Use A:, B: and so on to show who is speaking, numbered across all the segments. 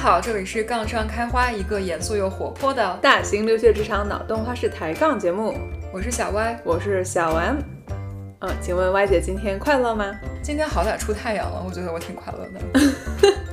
A: 好，这里是《杠上开花》，一个严肃又活泼的，
B: 大型留学职场脑洞花式抬杠节目，
A: 我是小歪。
B: 我是小丸。嗯，请问 Y 姐今天快乐吗？
A: 今天好歹出太阳了，我觉得我挺快乐的。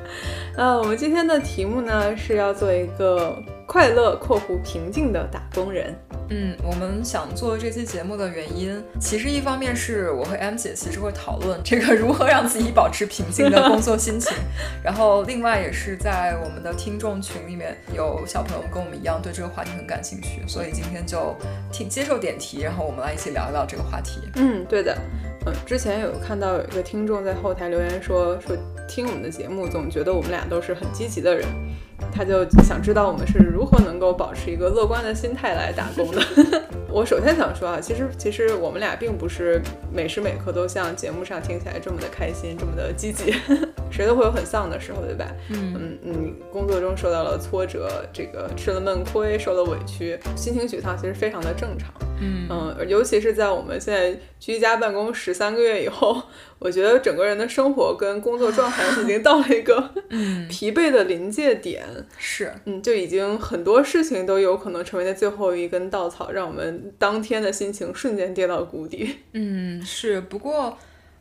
B: 呃，我们今天的题目呢是要做一个快乐（括弧平静）的打工人。
A: 嗯，我们想做这期节目的原因，其实一方面是我和 M 姐其实会讨论这个如何让自己保持平静的工作心情， 然后另外也是在我们的听众群里面有小朋友跟我们一样对这个话题很感兴趣，所以今天就挺接受点题，然后我们来一起聊一聊这个话题。
B: 嗯，对的。嗯，之前有看到有一个听众在后台留言说说听我们的节目，总觉得我们俩都是很积极的人，他就想知道我们是如何能够保持一个乐观的心态来打工的。 我首先想说啊，其实其实我们俩并不是每时每刻都像节目上听起来这么的开心，这么的积极， 谁都会有很丧的时候，对吧？
A: 嗯，
B: 嗯，你工作中受到了挫折，这个吃了闷亏，受了委屈，心情沮丧，其实非常的正常。
A: 嗯
B: 嗯，尤其是在我们现在居家办公十三个月以后， 我觉得整个人的生活跟工作状态已经到了一个
A: 嗯，
B: 疲惫的临界点。
A: 是，
B: 嗯，就已经很多事情都有可能成为那最后一根稻草，让我们当天的心情瞬间跌到谷底。
A: 嗯是，不过。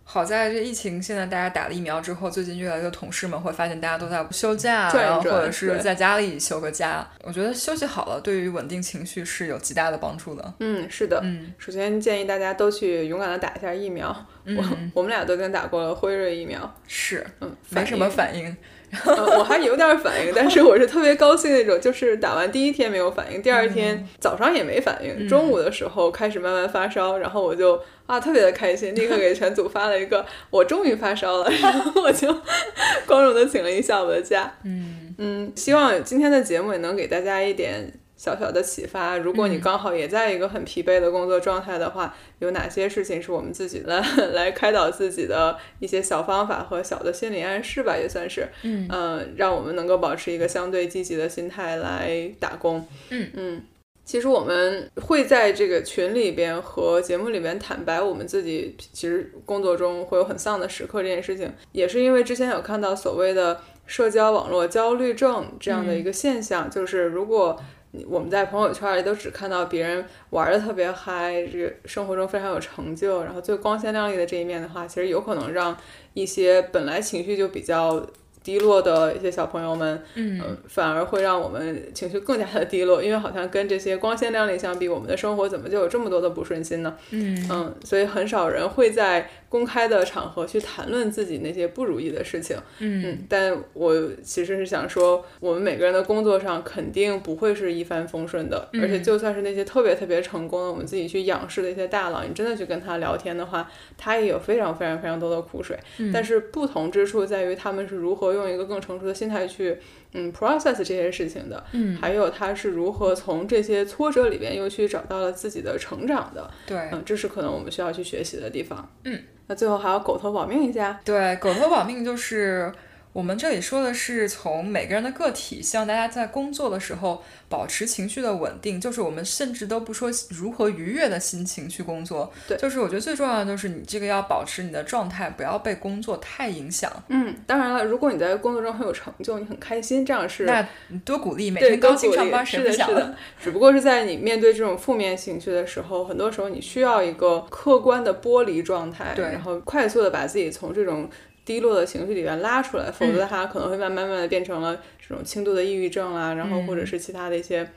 A: 好在这疫情现在大家打了疫苗之后，最近越来越同事们会发现大家都在休假，啊
B: 转一
A: 然后或
B: 转
A: 者是
B: 对
A: 在家里休个假。我觉得休息好了，对于稳定情绪是有极大的帮助的。
B: 嗯，是的。
A: 嗯
B: 首先建议大家都去勇敢的打一下疫苗，
A: 嗯，
B: 我我们俩都跟打过了辉瑞疫苗，
A: 是
B: 嗯，
A: 没什么
B: 反应。
A: 反应。
B: 呃我还有点反应，但是我是特别高兴那种，就是打完第一天没有反应，第二天早上也没反应，中午的时候开始慢慢发烧，然后我就啊特别的开心，立刻给全组发了一个我终于发烧了，然后我就 光荣的请了一下午的假。
A: 嗯
B: 嗯，希望今天的节目也能给大家一点小小的启发。如果你刚好也在一个很疲惫的工作状态的话，有哪些事情是我们自己来 来开导自己的一些小方法和小的心理暗示吧，也算是。
A: 嗯
B: 呃，让我们能够保持一个相对积极的心态来打工。
A: 嗯
B: 嗯，其实我们会在这个群里边和节目里边坦白我们自己其实工作中会有很丧的时刻这件事情，也是因为之前有看到所谓的社交网络焦虑症这样的一个现象，就是如果。你我们在朋友圈里都只看到别人玩的特别嗨，这个生活中非常有成就，然后最光鲜亮丽的这一面的话，其实有可能让一些本来情绪就比较低落的一些小朋友们，
A: 嗯
B: 嗯，反而会让我们情绪更加的低落，因为好像跟这些光鲜亮丽相比，我们的生活怎么就有这么多的不顺心呢？
A: 嗯
B: 嗯，所以很少人会在公开的场合去谈论自己那些不如意的事情。
A: 嗯
B: 嗯，但我其实是想说，我们每个人的工作上肯定不会是一帆风顺的，
A: 嗯
B: 而且就算是那些特别特别成功的，我们自己去仰视的一些大佬，你真的去跟他聊天的话，他也有非常非常非常多的苦水。
A: 嗯
B: 但是不同之处在于，他们是如何用一个更成熟的心态去，嗯，process 这些事情的，
A: 嗯，
B: 还有他是如何从这些挫折里边又去找到了自己的成长的。
A: 对
B: 嗯，这是可能我们需要去学习的地方。
A: 嗯，
B: 那最后还要狗头保命一下。
A: 对，狗头保命就是我们这里说的是从每个人的个体，希望大家在工作的时候保持情绪的稳定，就是我们甚至都不说如何愉悦的心情去工作，
B: 对
A: 就是我觉得最重要的就是你这个要保持你的状态，不要被工作太影响。
B: 嗯，当然了，如果你在工作中很有成就，你很开心，这样是
A: 那你嗯多鼓励，每
B: 对
A: 天
B: 高
A: 高
B: 鼓
A: 兴上
B: 励，
A: 班，
B: 是
A: 谁
B: 的，
A: 不
B: 是
A: 想？啊
B: 的。只不过是在你面对这种负面情绪的时候，很多时候你需要一个客观的剥离状态，
A: 对
B: 然后快速的把自己从这种。低落的情绪里面拉出来，否则
A: 嗯
B: 它可能会慢慢慢的变成了这种轻度的抑郁症啦、然后或者是其他的一些，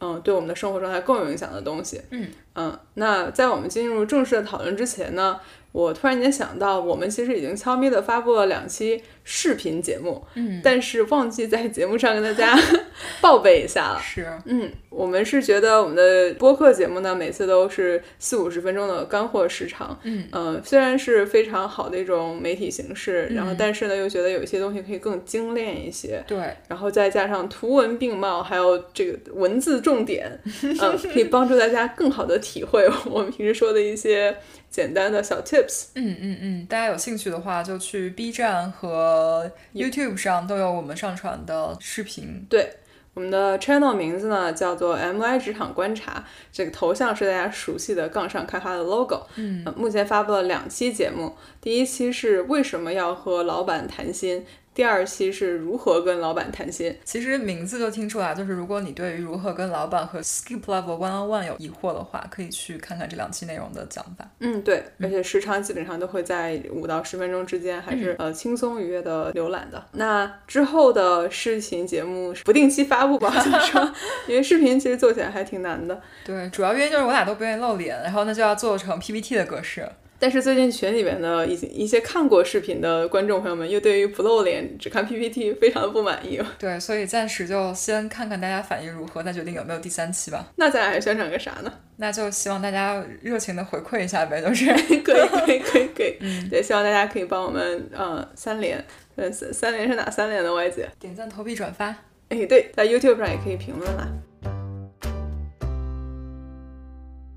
B: 嗯、对我们的生活状态更有影响的东西。
A: 嗯
B: 嗯，那在我们进入正式的讨论之前呢，我突然间想到，我们其实已经悄咪的发布了两期视频节目，
A: 嗯，
B: 但是忘记在节目上跟大家 报备一下了。
A: 是，
B: 嗯，我们是觉得我们的播客节目呢，每次都是四五十分钟的干货时长。
A: 嗯
B: 呃，虽然是非常好的一种媒体形式，然后
A: 嗯
B: 但是呢，又觉得有一些东西可以更精炼一些，
A: 对，
B: 然后再加上图文并茂，还有这个文字重点，嗯、可以帮助大家更好的体会我们平时说的一些简单的小 tips。
A: 嗯嗯嗯，大家有兴趣的话，就去 B 站和 YouTube 上都有我们上传的视频。
B: 对，我们的 channel 名字呢叫做 MY 职场观察，这个头像是大家熟悉的杠上开花的 logo。
A: 嗯
B: 呃目前发布了两期节目，第一期是为什么要和老板谈心，第二期是如何跟老板谈心。
A: 其实名字就听出来，就是如果你对于如何跟老板和 skip level one on one 有疑惑的话，可以去看看这两期内容的讲法。
B: 嗯，对，而且时长基本上都会在五到十分钟之间，还是、呃轻松愉悦的浏览的。那之后的视频节目不定期发布吧， 怎么说？因为视频其实做起来还挺难的。
A: 对，主要原因就是我俩都不愿意露脸，然后那就要做成 PPT 的格式。
B: 但是最近群里面的一些一些看过视频的观众朋友们，又对于不露脸只看 PPT 非常不满意。
A: 对，所以暂时就先看看大家反应如何，再决定有没有第三期吧。
B: 那咱俩还宣传个啥呢？
A: 那就希望大家热情的回馈一下呗，就是。
B: 可以可以可以可以，对，希望大家可以帮我们呃三连，呃三三连是哪三连呢？歪姐，
A: 点赞、投币、转发。
B: 哎对，在 YouTube 上也可以评论啦。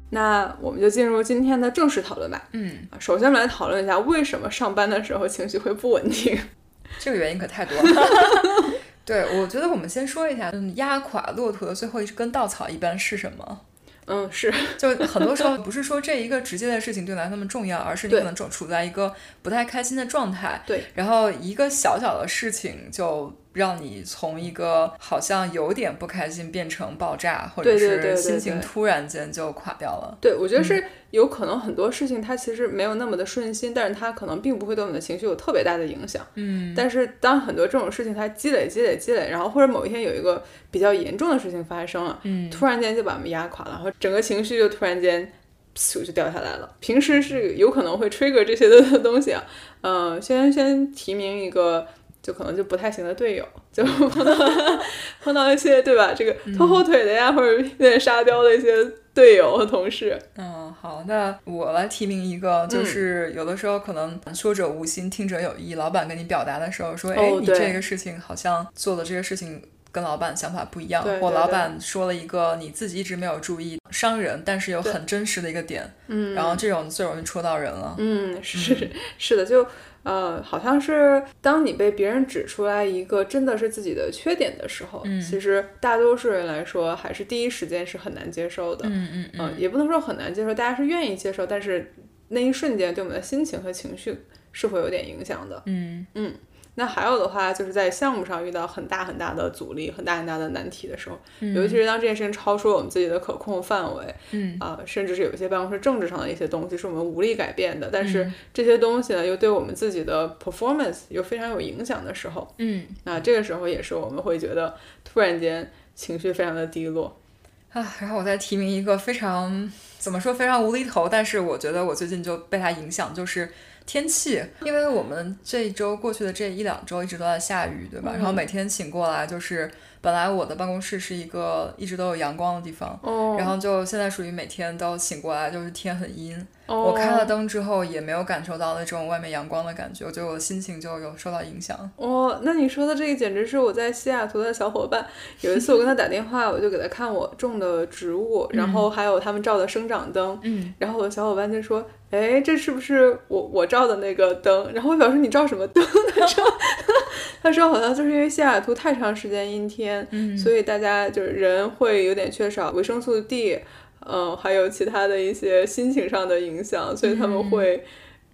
B: 那我们就进入今天的正式讨论吧。
A: 嗯，
B: 啊首先我们来讨论一下为什么上班的时候情绪会不稳定。
A: 这个原因可太多了。 对，我觉得我们先说一下，嗯，压垮骆驼的最后一根稻草一般是什么？
B: 嗯，是，
A: 就很多时候不是说这一个直接的事情对你来说那么重要，而是你
B: 对
A: 可能正处在一个不太开心的状态，
B: 对，
A: 然后一个小小的事情就让你从一个好像有点不开心变成爆炸，或者
B: 对对对
A: 是
B: 对
A: 心情
B: 对
A: 突然间就垮掉了。
B: 对，我觉得是有可能很多事情它其实没有那么的顺心，但是它可能并不会对我们的情绪有特别大的影响。嗯，但是当很多这种事情它积累、积累、积累，然后或者某一天有一个比较严重的事情发生了，嗯，突然间就把我们压垮了，然后整个情绪就突然间。咻就掉下来了。平时是有可能会 trigger 这些的东西啊，嗯、先先提名一个，就可能就不太行的队友，就碰到碰到一些对吧，这个拖后腿的呀，或者有点沙雕的一些队友和同事，
A: 嗯，好，那我来提名一个，
B: 嗯
A: 就是有的时候可能说者无心，听者有意。老板跟你表达的时候说，哎、
B: 哦
A: 你
B: 对
A: 这个事情好像做的这个事情跟老板想法不一样，
B: 对
A: 或
B: 对
A: 老
B: 对
A: 板说了一个你自己一直没有注意伤人，但是又很真实的一个点，
B: 嗯，
A: 然后这种最容易戳到人了。
B: 嗯，是是的，就呃，好像是当你被别人指出来一个真的是自己的缺点的时候，其实大多数人来说还是第一时间是很难接受的。
A: 嗯嗯
B: 嗯，也不能说很难接受，大家是愿意接受，但是那一瞬间对我们的心情和情绪是会有点影响的。
A: 嗯，
B: 那还有的话，就是在项目上遇到很大很大的阻力、很大很大的难题的时候，尤其是当这件事情超出了我们自己的可控范围，
A: 嗯
B: 啊、甚至是有一些办公室政治上的一些东西是我们无力改变的，但是这些东西呢，又对我们自己的 performance 又非常有影响的时候，
A: 嗯，
B: 那这个时候也是我们会觉得突然间情绪非常的低落。
A: 啊，然后我再提名一个非常怎么说非常无厘头，但是我觉得我最近就被它影响，就是天气，因为我们这一周过去的这一两周一直都在下雨，对吧？
B: 嗯
A: 然后每天醒过来就是，本来我的办公室是一个一直都有阳光的地方，
B: 哦
A: 然后就现在属于每天都醒过来就是天很阴，
B: 哦，
A: 我开了灯之后也没有感受到那种外面阳光的感觉，我觉得我的心情就有受到影响。
B: 哦，那你说的这个简直是我在西雅图的小伙伴。有一次我跟他打电话，我就给他看我种的植物，然后还有他们照的生长灯。
A: 嗯，
B: 然后我的小伙伴就说：“哎，这是不是我我照的那个灯？”然后我表示：“你照什么灯？” 他说：“他说好像就是因为西雅图太长时间阴天，所以大家就是人会有点缺少维生素 D，嗯，还有其他的一些心情上的影响，所以他们会。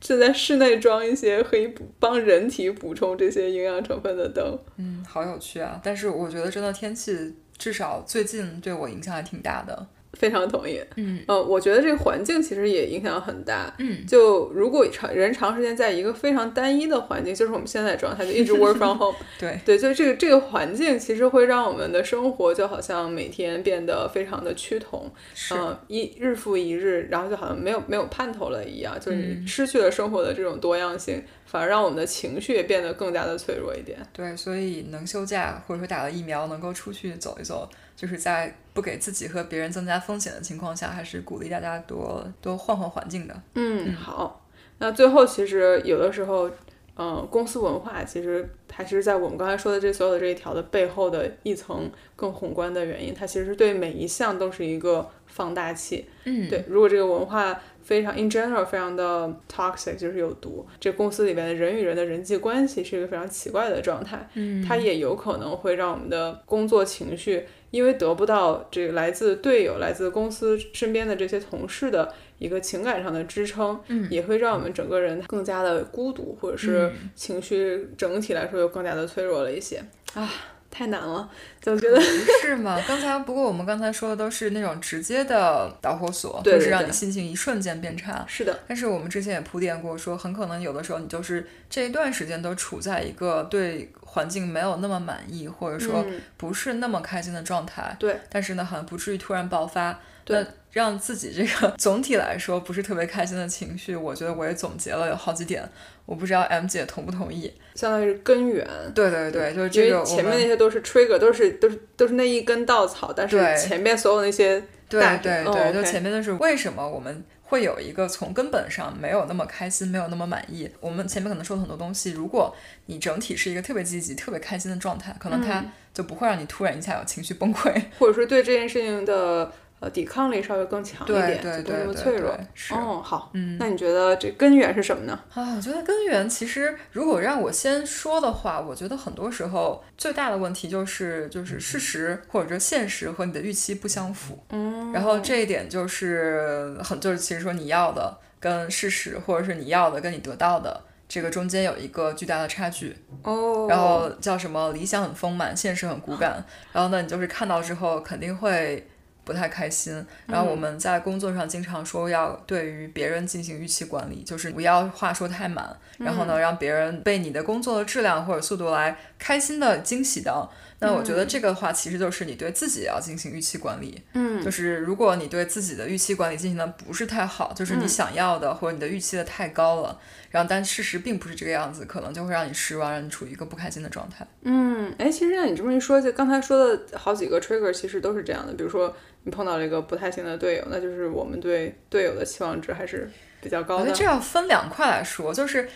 B: 是在室内装一些可以补帮人体补充这些营养成分的灯。
A: 嗯，好有趣啊！但是我觉得真的天气至少最近对我影响还挺大的。
B: 非常同意，
A: 嗯，
B: 呃，我觉得这个环境其实也影响很大，
A: 嗯，
B: 就如果长人长时间在一个非常单一的环境，就是我们现在的状态，就一直 work from home，
A: 对，
B: 对，就这个这个环境其实会让我们的生活就好像每天变得非常的趋同，
A: 是
B: 嗯、一日复一日，然后就好像没有没有盼头了一样，就是
A: 嗯
B: 你失去了生活的这种多样性，反而让我们的情绪也变得更加的脆弱一点。
A: 对，所以能休假或者说打了疫苗，能够出去走一走，就是在不给自己和别人增加风险的情况下，还是鼓励大家多多换换环境的。
B: 嗯，好。那最后，其实有的时候，嗯、公司文化其实还是在我们刚才说的这所有的这一条的背后的一层更宏观的原因，它其实对每一项都是一个放大器。
A: 嗯，
B: 对，如果这个文化非常 in general 非常的 toxic，就是有毒，这公司里面的人与人的人际关系是一个非常奇怪的状态。
A: 嗯，
B: 它也有可能会让我们的工作情绪因为得不到这个来自队友、来自公司身边的这些同事的一个情感上的支撑，
A: 嗯
B: 也会让我们整个人更加的孤独，或者是
A: 嗯
B: 情绪整体来说又更加的脆弱了一些。啊，太难了，总觉得
A: 是吗？刚才不过我们刚才说的都是那种直接的导火索，
B: 对对
A: 或是让
B: 对
A: 你心情一瞬间变差。
B: 是的，
A: 但是我们之前也铺垫过说，很可能有的时候你就是这一段时间都处在一个对环境没有那么满意，或者说
B: 嗯
A: 不是那么开心的状态。
B: 对，
A: 但是呢，好像不至于突然爆发。
B: 对
A: 那让自己这个 总体来说不是特别开心的情绪，我觉得我也总结了有好几点，我不知道 M 姐同不同意？
B: 相当于是根源。
A: 对对对，就是
B: 因
A: 这个
B: 为
A: 我
B: 前
A: 们
B: 面那些都是 trigger，都是都是都是那一根稻草，但是
A: 对
B: 前面所有那些
A: 对
B: 大
A: 对
B: 点哦
A: 对，就
B: OK
A: 前面的是为什么我们会有一个从根本上没有那么开心，没有那么满意。我们前面可能说了很多东西，如果你整体是一个特别积极、特别开心的状态，可能它
B: 嗯
A: 就不会让你突然一下有情绪崩 溃。
B: 或者说对这件事情的呃抵抗力稍微更强一
A: 对
B: 点，
A: 对
B: 就不会那
A: 对
B: 么
A: 对，
B: 脆弱
A: 对。是
B: 哦，好，嗯，那你觉得这根源是什么呢？
A: 啊，我觉得根源其实，如果让我先说的话，我觉得很多时候最大的问题就是就是
B: 嗯
A: 事实或者说现实和你的预期不相符。嗯，然后这一点就是很就是其实说你要的跟事实或者是你要的跟你得到的这个中间有一个巨大的差距。
B: 哦，
A: 然后叫什么理想很丰满，现实很骨感。然后呢，你就是看到之后肯定会不太开心。然后我们在工作上经常说要对于别人进行预期管理，就是不要话说太满，然后呢，让别人被你的工作的质量或者速度来开心的惊喜到。那我觉得这个话其实就是你对自己也要进行预期管理，
B: 嗯，
A: 就是如果你对自己的预期管理进行的不是太好，就是你想要的或者你的预期的太高了，然后但事实并不是这个样子，可能就会让你失望，让你处于一个不开心的状态。
B: 嗯，哎，其实像你这么一说，就刚才说的好几个 trigger 其实都是这样的。比如说你碰到了一个不太行的队友，那就是我们对队友的期望值还是比较
A: 我
B: 高
A: 觉
B: 的
A: 得。这要分两块来说，就是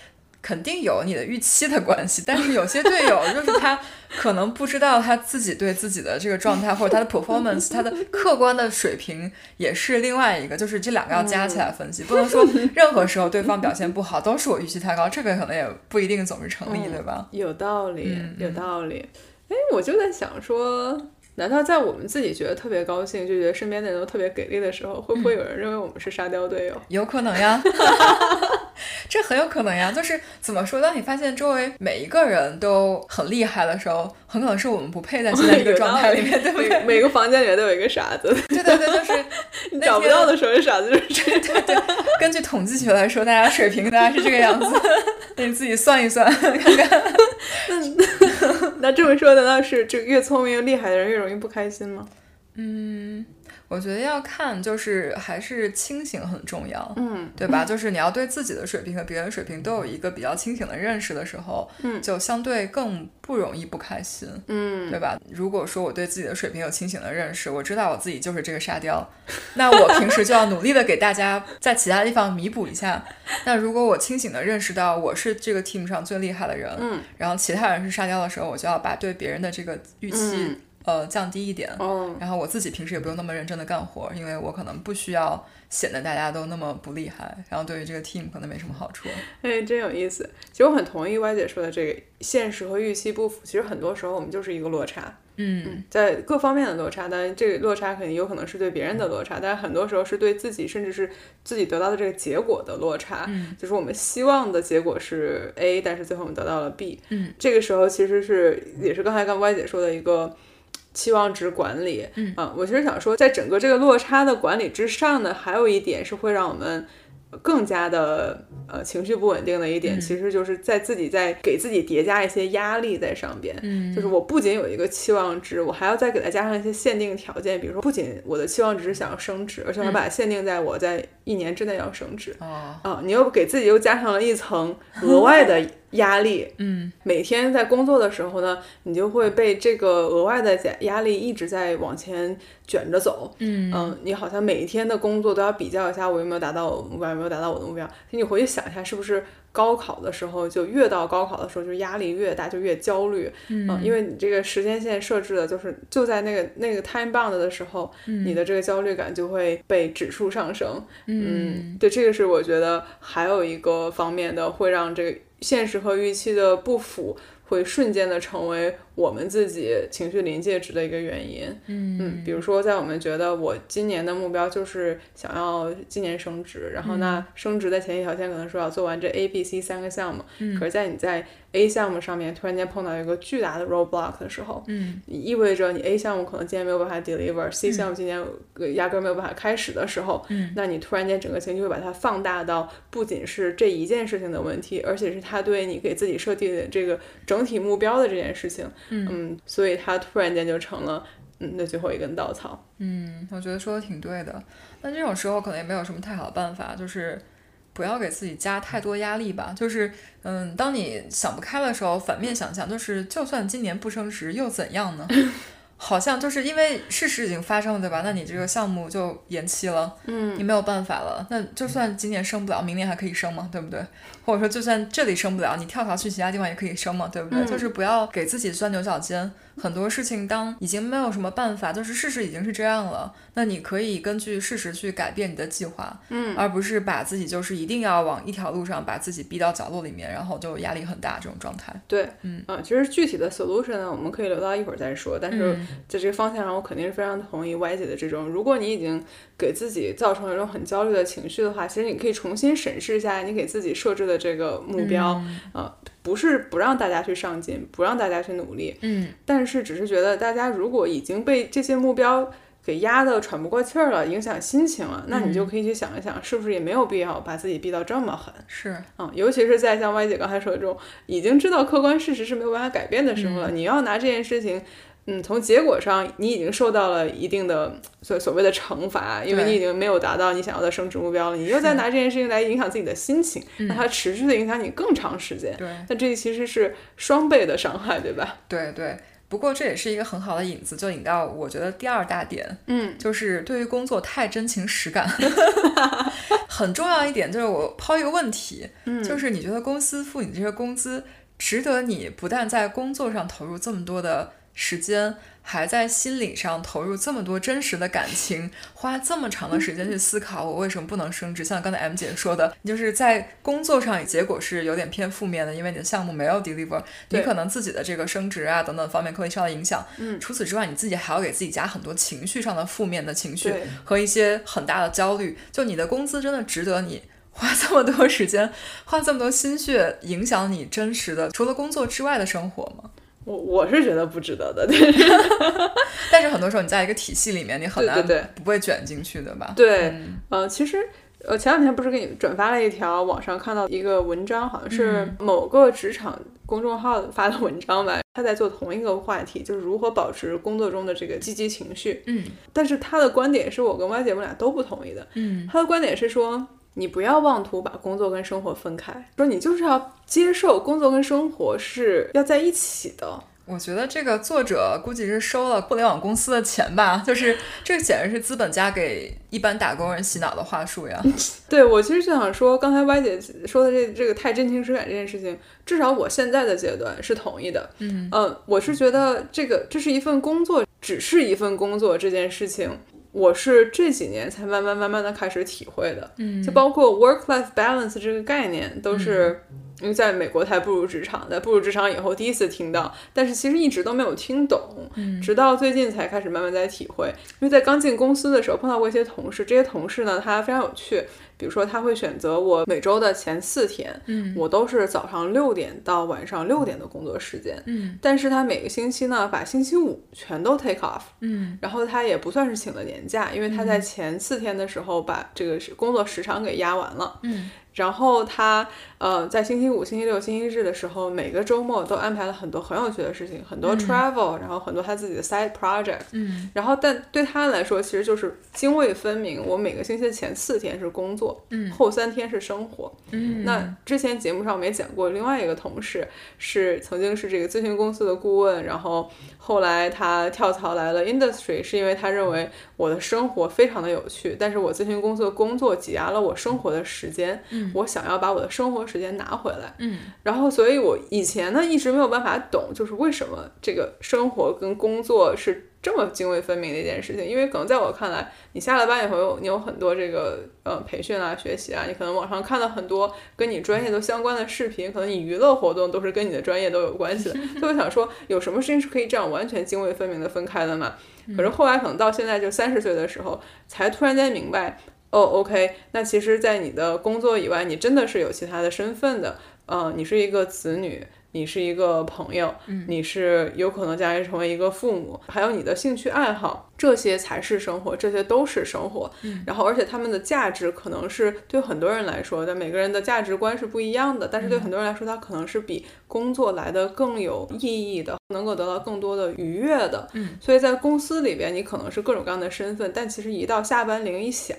A: 肯定有你的预期的关系，但是有些队友就是他可能不知道他自己对自己的这个状态或者他的 performance，他的客观的水平也是另外一个，就是这两个要加起来分析，不能说任何时候对方表现不好都是我预期太高，这个可能也不一定总是成立，对吧？
B: 有道理，
A: 嗯
B: 有道理。哎，我就在想说，难道在我们自己觉得特别高兴，就觉得身边的人都特别给力的时候，会不
A: 嗯
B: 会有人认为我们是沙雕队友？
A: 有可能呀， 这很有可能呀。就是怎么说，当你发现周围每一个人都很厉害的时候，很可能是我们不配在现在这个
B: 有道
A: 状态里
B: 理
A: 面，对不对？
B: 每每个房间里面都有一个 傻子，
A: 对对对，就是
B: 你
A: 那
B: 找不
A: 天
B: 到的时候，傻子就是这样。
A: 根据统计学来说，大家水平大家是这个样子，那你自己算一算，看看。
B: 那这么说，难道是这越聪明越厉害的人越容易不开心吗？
A: 我觉得要看，就是还是清醒很重要，
B: 嗯，
A: 对吧？就是你要对自己的水平和别人水平都有一个比较清醒的认识的时候，
B: 嗯
A: 就相对更不容易不开心，
B: 嗯，
A: 对吧？如果说我对自己的水平有清醒的认识，我知道我自己就是这个沙 雕，那我平时就要努力的给大家在其他地方弥补一下。那如果我清醒的认识到我是这个 team 上最厉害的人，
B: 嗯，
A: 然后其他人是沙雕的时候，我就要把对别人的这个预期、
B: 嗯
A: 呃降低一点。
B: 哦，
A: 然后我自己平时也不用那么认真的干活，因为我可能不需要显得大家都那么不厉害，然后对于这个 team 可能没什么好处。
B: 哎，真有意思。其实我很同意歪姐说的这个，现实和预期不符。其实很多时候我们就是一个落差，
A: 嗯，
B: 在各方面的落差。当然，这个落差肯定有可能是对别人的落差，但是很多时候是对自己，甚至是自己得到的这个结果的落差。
A: 嗯，
B: 就是我们希望的结果是 A，但是最后我们得到了 B。
A: 嗯，
B: 这个时候其实是也是刚才刚歪姐说的一个。期望值管理，
A: 嗯
B: 啊，我其实想说，在整个这个落差的管理之上呢，还有一点是会让我们更加的呃情绪不稳定的一点，其实就是在自己在给自己叠加一些压力在上边。嗯，就是我不仅有一个期望值，我还要再给它加上一些限定条件，比如说不仅我的期望值是想要升职，而且我还把它限定在我在一年之内要升职。
A: 哦，
B: 啊，你又给自己又加上了一层额外的压力。
A: 嗯，
B: 每天在工作的时候呢，你就会被这个额外的压压力一直在往前卷着走。
A: 嗯
B: 你好像每一天的工作都要比较一下，我有没有达到我的目标，有没有达到我的目标。你回去想一下，是不是高考的时候就越到高考的时候就压力越大，就越焦虑？嗯、因为你这个时间线设置的就是就在那个那个 time bound 的时候，
A: 嗯
B: 你的这个焦虑感就会被指数上升。嗯，对，这个是我觉得还有一个方面的，会让这个现实和预期的不符，会瞬间的成为我们自己情绪临界值的一个原因。嗯比如说在我们觉得我今年的目标就是想要今年升职，然后
A: 嗯
B: 那升职的前提条件可能说要做完这 A、B、C 三个项目，
A: 嗯
B: 可是在你在 A 项目上面突然间碰到一个巨大的 roadblock 的时候，
A: 嗯，
B: 意味着你 A 项目可能今年没有办法 deliver，C 项目今年呃压根儿没有办法开始的时候，
A: 嗯，
B: 那你突然间整个情绪会把它放大到不仅是这一件事情的问题，而且是他对你给自己设定的这个整体目标的这件事情，
A: 嗯
B: 所以他突然间就成了嗯那最后一根稻草，
A: 嗯，我觉得说的挺对的。但这种时候可能也没有什么太好的办法，就是不要给自己加太多压力吧。就是，嗯，当你想不开的时候，反面想想，就是就算今年不升职又怎样呢？ 好像就是因为事实已经发生了，对吧？那你这个项目就延期了，嗯，你没有办法了。那就算今年升不了，明年还可以升嘛，对不对？或者说，就算这里升不了，你跳槽去其他地方也可以升嘛，对不对？就是不要给自己钻牛角尖。很多事情当已经没有什么办法，就是事实已经是这样了，那你可以根据事实去改变你的计划，嗯，而不是把自己就是一定要往一条路上把自己逼到角落里面，然后就压力很大这种状态。
B: 对，嗯、其实具体的 solution 呢，我们可以留到一会儿再说。但是在这个方向上，我肯定是非常同意 Y 姐的这种。如果你已经给自己造成一种很焦虑的情绪的话，其实你可以重新审视一下你给自己设置的这个目标，呃，不是不让大家去上进，不让大家去努力，
A: 嗯
B: 但是只是觉得大家如果已经被这些目标给压得喘不过气儿了，影响心情了，那你就可以去想一想，是不是也没有必要把自己逼到这么狠。
A: 是，
B: 嗯，尤其是在像歪姐刚才说的这种已经知道客观事实是没有办法改变的时候了，你要拿这件事情，嗯，从结果上你已经受到了一定的所所谓的惩罚，因为
A: 对
B: 你已经没有达到你想要的升职目标了，你又再拿这件事情来影响自己的心情，让它持续的影响你更长时间，
A: 对
B: 那这其实是双倍的伤害，对吧？
A: 对对。不过这也是一个很好的引子，就引到我觉得第二大点，
B: 嗯，
A: 就是对于工作太真情实感。很重要一点就是我抛一个问题，就是你觉得公司付你这些工资，值得你不但在工作上投入这么多的时间，还在心理上投入这么多真实的感情，花这么长的时间去思考我为什么不能升职？像刚才 M 姐说的，你就是在工作上结果是有点偏负面的，因为你的项目没有 deliver，你
B: 对
A: 可能自己的这个升职啊等等方面可以受到影响。嗯，除此之外，你自己还要给自己加很多情绪上的负面的情绪
B: 对
A: 和一些很大的焦虑。就你的工资真的值得你花这么多时间，花这么多心血，影响你真实的除了工作之外的生活吗？
B: 我我是觉得不值得的，对
A: 但是很多时候你在一个体系里面，你很
B: 对对
A: 难
B: 对
A: 不被卷进去的吧？
B: 对，呃，其实呃，前两天不是给你转发了一条网上看到一个文章，好像是
A: 嗯
B: 某个职场公众号发的文章吧，他在做同一个话题，就是如何保持工作中的这个积极情绪。
A: 嗯
B: 但是他的观点是我跟歪姐我们俩都不同意的，
A: 嗯
B: 他的观点是说，你不要妄图把工作跟生活分开，说你就是要接受工作跟生活是要在一起的。
A: 我觉得这个作者估计是收了互联网公司的钱吧， 就是这简直是资本家给一般打工人洗脑的话术 呀。
B: 对我其实就想说，刚才歪姐说的这这个太真情实感这件事情，至少我现在的阶段是同意的。
A: 嗯
B: 呃我是觉得这个这是一份工作，只是一份工作这件事情，我是这几年才慢慢慢慢的开始体会的。
A: 嗯
B: 就包括 work life balance 这个概念，都是因为在美国才步入职场，在步入职场以后第一次听到，但是其实一直都没有听懂，
A: 嗯
B: 直到最近才开始慢慢在体会。因为在刚进公司的时候碰到过一些同事，这些同事呢，他非常有趣，比如说他会选择我每周的前四天，
A: 嗯
B: 我都是早上六点到晚上六点的工作时间，
A: 嗯
B: 但是他每个星期呢，把星期五全都 take off，
A: 嗯
B: 然后他也不算是请了年假，因为他在前四天的时候把这个时工作时长给压完了。
A: 嗯
B: 然后他呃，在星期五、星期六、星期日的时候，每个周末都安排了很多很有趣的事情，很多 travel，、然后很多他自己的 side project。
A: 嗯
B: 然后，但对他来说，其实就是泾渭分明。我每个星期的前四天是工作，
A: 嗯
B: 后三天是生活。
A: 嗯，
B: 那之前节目上我们也讲过，另外一个同事是曾经是这个咨询公司的顾问，然后后来他跳槽来了 industry，是因为他认为我的生活非常的有趣，但是我咨询公司的工作挤压了我生活的时间，
A: 嗯
B: 我想要把我的生活时间拿回来，
A: 嗯
B: 然后所以我以前呢一直没有办法懂，就是为什么这个生活跟工作是。这么泾渭分明的一件事情，因为可能在我看来，你下了班以后，你有很多这个呃培训啊、学习啊，你可能网上看了很多跟你专业都相关的视频，可能你娱乐活动都是跟你的专业都有关系的。所以我想说，有什么事情是可以这样完全泾渭分明的分开的嘛？可是后来可能到现在就三十岁的时候，才突然间明白，哦，OK，那其实，在你的工作以外，你真的是有其他的身份的。呃，你是一个子女，你是一个朋友，
A: 嗯
B: 你是有可能将来成为一个父母，还有你的兴趣爱好，这些才是生活，这些都是生活。
A: 嗯
B: 然后，而且他们的价值可能是对很多人来说，但每个人的价值观是不一样的，但
A: 嗯
B: 是对很多人来说，它可能是比工作来的更有意义的，能够得到更多的愉悦的。
A: 嗯，
B: 所以在公司里边，你可能是各种各样的身份，但其实一到下班铃一响，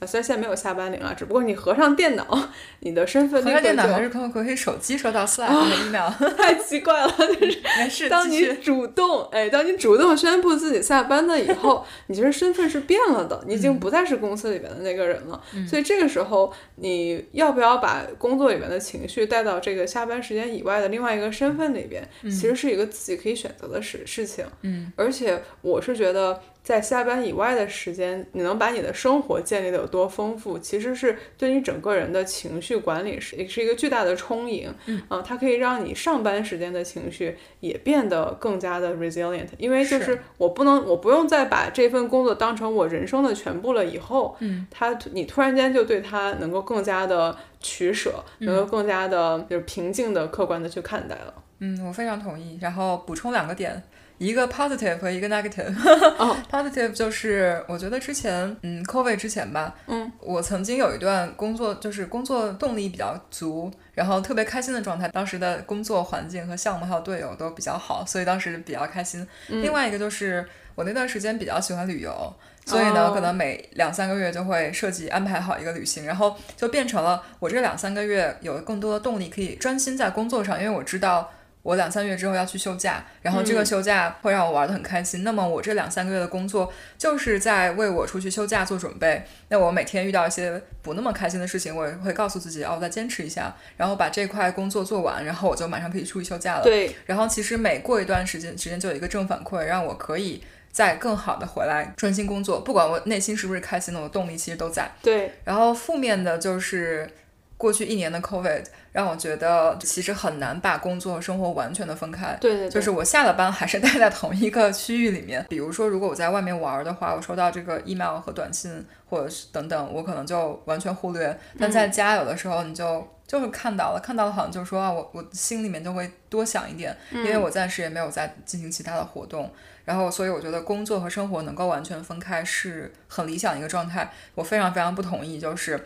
B: 啊，虽然现在没有下班铃啊，只不过你合上电脑，你的身份立
A: 回到
B: 刻就
A: 电脑还是可可以手机收到 Slack 和 email，
B: 太奇怪了，就是
A: 没事，
B: 啊当
A: 继
B: 你
A: 续
B: 主动，哎，当你主动宣布自己下班了以后， 你其实身份是变了的，你已
A: 嗯
B: 经不再是公司里面的那个人了。所以这个时候，你要不要把工作里面的情绪带到这个下班时间以外的另外一个身份里边，其实是一个自己可以选择的事事情。
A: 嗯，
B: 而且我是觉得。在下班以外的时间，你能把你的生活建立的有多丰富，其实是对你整个人的情绪管理是也是一个巨大的充盈。嗯、它可以让你上班时间的情绪也变得更加的 resilient，因为就是
A: 是
B: 我不能，我不用再把这份工作当成我人生的全部了。以后，嗯，他你突然间就对他能够更加的取舍，能够更加的就是平静的、客观的去看待了。
A: 嗯，我非常同意。然后补充两个点，一个 positive 和一个 negative。
B: 哦
A: positive 就是我觉得之前，嗯，COVID 之前吧，
B: 嗯，
A: 我曾经有一段工作，就是工作动力比较足，然后特别开心的状态。当时的工作环境和项目还有队友都比较好，所以当时比较开心。另外一个就是我那段时间比较喜欢旅游。所以呢
B: 哦
A: 可能每两三个月就会设计安排好一个旅行，然后就变成了我这两三个月有更多的动力可以专心在工作上，因为我知道我两三个月之后要去休假，然后这个休假会让我玩得很开心。那么我这两三个月的工作就是在为我出去休假做准备。那我每天遇到一些不那么开心的事情，我也会告诉自己，哦，我再坚持一下，然后把这块工作做完，然后我就马上可以出去休假了。
B: 对，
A: 然后其实每过一段时间，时间就有一个正反馈，让我可以再更好的回来专心工作，不管我内心是不是开心的，我动力其实都在。
B: 对，
A: 然后负面的就是过去一年的 COVID 让我觉得其实很难把工作和生活完全的分开。
B: 对，对，
A: 就是我下了班还是待在同一个区域里面。比如说，如果我在外面玩儿的话，我收到这个 email 和短信或者是等等，我可能就完全忽略。但在家有的时候你就。就是看到了，看到了，好像就说啊，我我心里面就会多想一点，因
B: 嗯
A: 为我暂时也没有在进行其他的活动，然后所以我觉得工作和生活能够完全分开是很理想的一个状态。我非常非常不同意，就是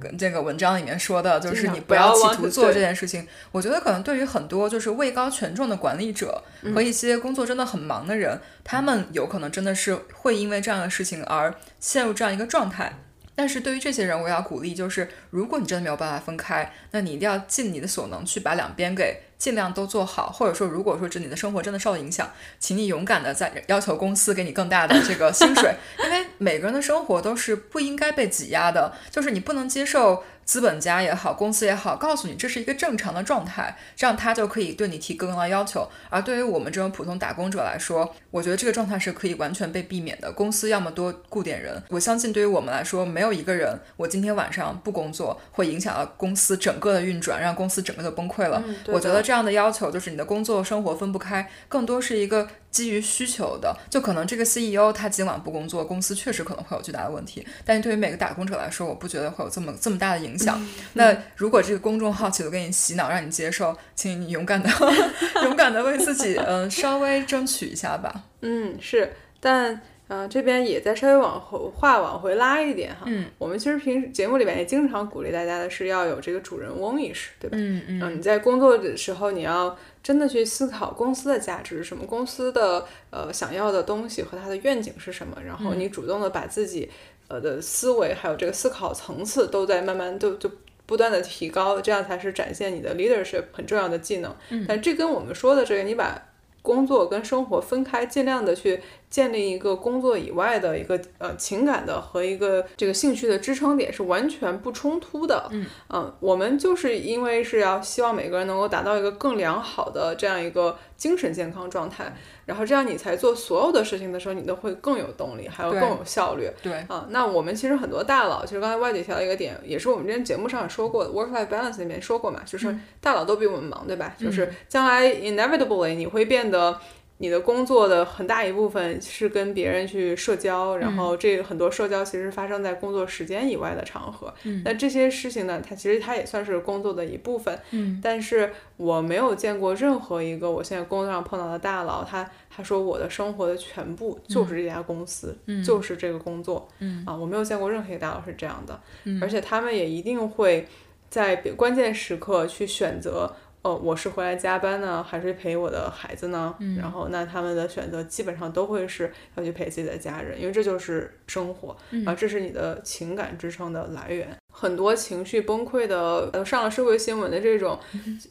A: 跟这个文章里面说的，就
B: 尽
A: 是
B: 量
A: 你
B: 不
A: 不
B: 要
A: 要企
B: 忘
A: 图
B: 记
A: 做
B: 对
A: 这件事情。我觉得可能对于很多就是位高权重的管理者和一些工作真的很忙的人，他们有可能真的是会因为这样的事情而陷入这样一个状态。但是对于这些人，我要鼓励，就是如果你真的没有办法分开，那你一定要尽你的所能去把两边给尽量都做好，或者说，如果说这你的生活真的受了影响，请你勇敢的在要求公司给你更大的这个薪水，因为每个人的生活都是不应该被挤压的，就是你不能接受资本家也好，公司也好，告诉你这是一个正常的状态，这样他就可以对你提更高的要求。而对于我们这种普通打工者来说，我觉得这个状态是可以完全被避免的。公司要么多雇点人，我相信对于我们来说，没有一个人我今天晚上不工作会影响到公司整个的运转，让公司整个就崩溃了。
B: 嗯对
A: 我觉
B: 的
A: 得这样的要求就是你的工作生活分不开，更多是一个基于需求的。就可能这个 CEO 他今晚不工作，公司确实可能会有巨大的问题，但是对于每个打工者来说，我不觉得会有这么这么大的影
B: 嗯
A: 响。那如果这个公众号企图给你洗脑，让你接受，请你勇敢的 勇敢的为自己嗯、呃稍微争取一下吧。
B: 嗯，是，但呃，这边也再稍微往后话往回拉一点哈。
A: 嗯，
B: 我们其实平时节目里面也经常鼓励大家的是要有这个主人翁意识，对吧？
A: 嗯
B: 嗯、你在工作的时候，你要真的去思考公司的价值是什么，公司的呃想要的东西和它的愿景是什么，然后你主动的把自己呃的思维还有这个思考层次都在慢慢就就不断的提高，这样才是展现你的 leadership 很重要的技能。但这跟我们说的这个，你把工作跟生活分开，尽量的去建立一个工作以外的一个呃情感的和一个这个兴趣的支撑点是完全不冲突的。
A: 嗯
B: 嗯，我们就是因为是要希望每个人能够达到一个更良好的这样一个精神健康状态，然后这样你才做所有的事情的时候，你都会更有动力，还有
A: 对
B: 更有效率。
A: 对，
B: 啊，那我们其实很多大佬，其实刚才外姐提到一个点，也是我们之前节目上也说过的，work life balance 里面说过嘛，就是
A: 嗯
B: 大佬都比我们忙，对吧？就是将来 inevitably 你会变得。你的工作的很大一部分是跟别人去社交，然后
A: 嗯
B: 这个很多社交其实发生在工作时间以外的场合。
A: 嗯
B: 那这些事情呢，它其实它也算是工作的一部分。
A: 嗯
B: 但是我没有见过任何一个我现在工作上碰到的大佬，他他说我的生活的全部就是这家公司，
A: 嗯
B: 就是这个工作，
A: 嗯
B: 啊，我没有见过任何一个大佬是这样的，
A: 嗯
B: 而且他们也一定会在比关键时刻去选择。哦，我是回来加班呢，还是陪我的孩子呢？
A: 嗯
B: 然后，那他们的选择基本上都会是要去陪自己的家人，因为这就是生活。
A: 嗯
B: 啊，这是你的情感支撑的来源。很多情绪崩溃的，呃，上了社会新闻的这种，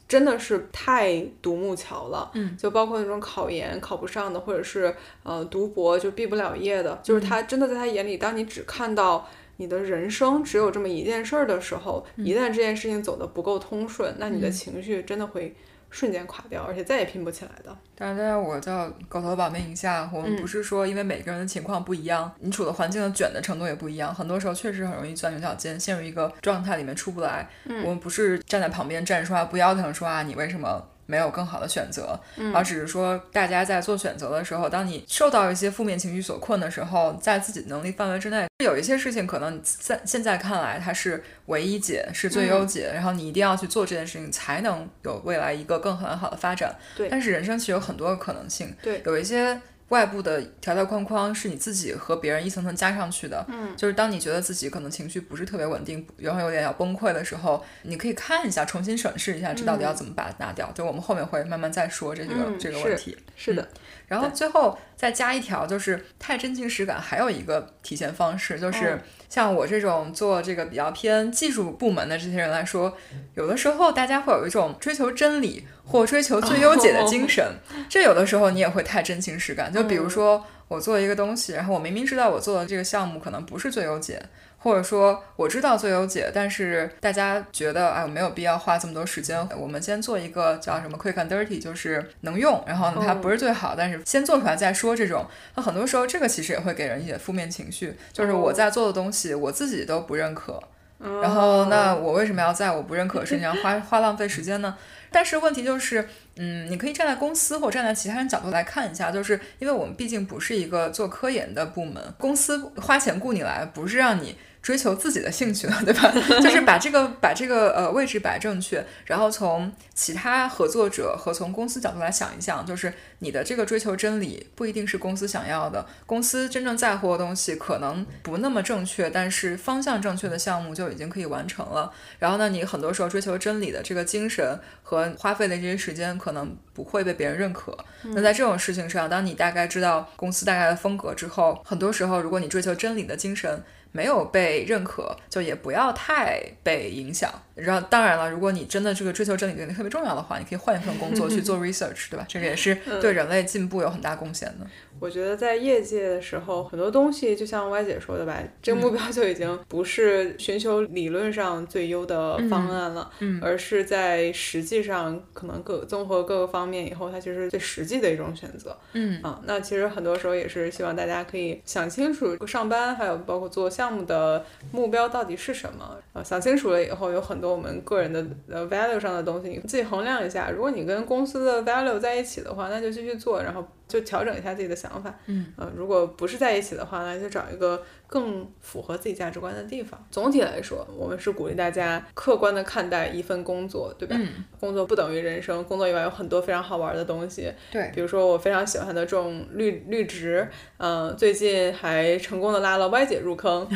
B: 真的是太独木桥了。
A: 嗯，
B: 就包括那种考研考不上的，或者是呃读博就毕不了业的，就是他真的在他眼里，当你只看到。你的人生只有这么一件事儿的时候，一旦这件事情走得不够通顺，那你的情绪真的会瞬间垮掉，而且再也拼不起来的。
A: 但是，但是我叫狗头保命一下，我们不是说因为每个人的情况不一样，你处的环境的卷的程度也不一样，很多时候确实很容易钻牛角尖，陷入一个状态里面出不来。我们不是站在旁边站着说啊，不要疼，说啊，你为什么？没有更好的选择，而只是说，大家在做选择的时候，当你受到一些负面情绪所困的时候，在自己能力范围之内，有一些事情可能你在现在看来它是唯一解，是
B: 嗯
A: 最优解，然后你一定要去做这件事情，才能有未来一个更很好的发展。
B: 对
A: 但是人生其实有很多个可能性，
B: 对，
A: 有一些外部的条条框框是你自己和别人一层层加上去的，嗯，就是当你觉得自己可能情绪不是特别稳定，然后有点要崩溃的时候，你可以看一下，重新审视一下，这到底要怎么把它拿掉。就我们后面会慢慢再说这个、
B: 嗯
A: 这个
B: 是
A: 问题。
B: 是的，
A: 然后最后再加一条，就是太真情实感还有一个体现方式，就是像我这种做这个比较偏技术部门的这些人来说，有的时候大家会有一种追求真理或追求最优解的精神，这有的时候你也会太真情实感。就比如说我做一个东西，然后我明明知道我做的这个项目可能不是最优解。或者说我知道最优解，但是大家觉得哎，我没有必要花这么多时间，我们先做一个叫什么 quick and dirty，就是能用，然后呢它
B: 嗯
A: 不是最好，但是先做出来再说这种。那很多时候这个其实也会给人一些负面情绪，就是我在做的东西我自己都不认可，然后那我为什么要在我不认可的事情上花 花浪费时间呢？但是问题就是，嗯，你可以站在公司或站在其他人角度来看一下，就是因为我们毕竟不是一个做科研的部门，公司花钱雇你来不是让你。追求自己的兴趣的， 对吧？就是把这个 把这个呃位置摆正确，然后从其他合作者和从公司角度来想一想，就是你的这个追求真理不一定是公司想要的，公司真正在乎的东西可能不那么正确，但是方向正确的项目就已经可以完成了。然后呢，你很多时候追求真理的这个精神和花费的这些时间，可能不会被别人认可。那在这种事情上，当你大概知道公司大概的风格之后，很多时候如果你追求真理的精神没有被认可，就也不要太被影响。然后当然了，如果你真的这个追求真理能力特别重要的话，你可以换一份工
B: 嗯
A: 作去做 research，对吧？这个也是对人类进步有很大贡献的。
B: 我觉得在业界的时候，很多东西就像歪姐说的吧，这
A: 嗯
B: 个目标就已经不是寻求理论上最优的方案了，
A: 嗯
B: 而是在实际上可能各综合各个方面以后，它就是最实际的一种选择。
A: 嗯
B: 啊，那其实很多时候也是希望大家可以想清楚上班，还有包括做项目的目标到底是什么。呃，想清楚了以后，有很多我们个人的呃 value 上的东西，你自己衡量一下。如果你跟公司的 value 在一起的话，那就继续做，然后就调整一下自己的想法。
A: 嗯，
B: 呃，如果不是在一起的话，那就找一个更符合自己价值观的地方。总体来说，我们是鼓励大家客观的看待一份工作，对吧？
A: 嗯，
B: 工作不等于人生，工作以外有很多非常好玩的东西。
A: 对，
B: 比如说我非常喜欢的种绿绿呃植，嗯、最近还成功的拉了歪姐入坑，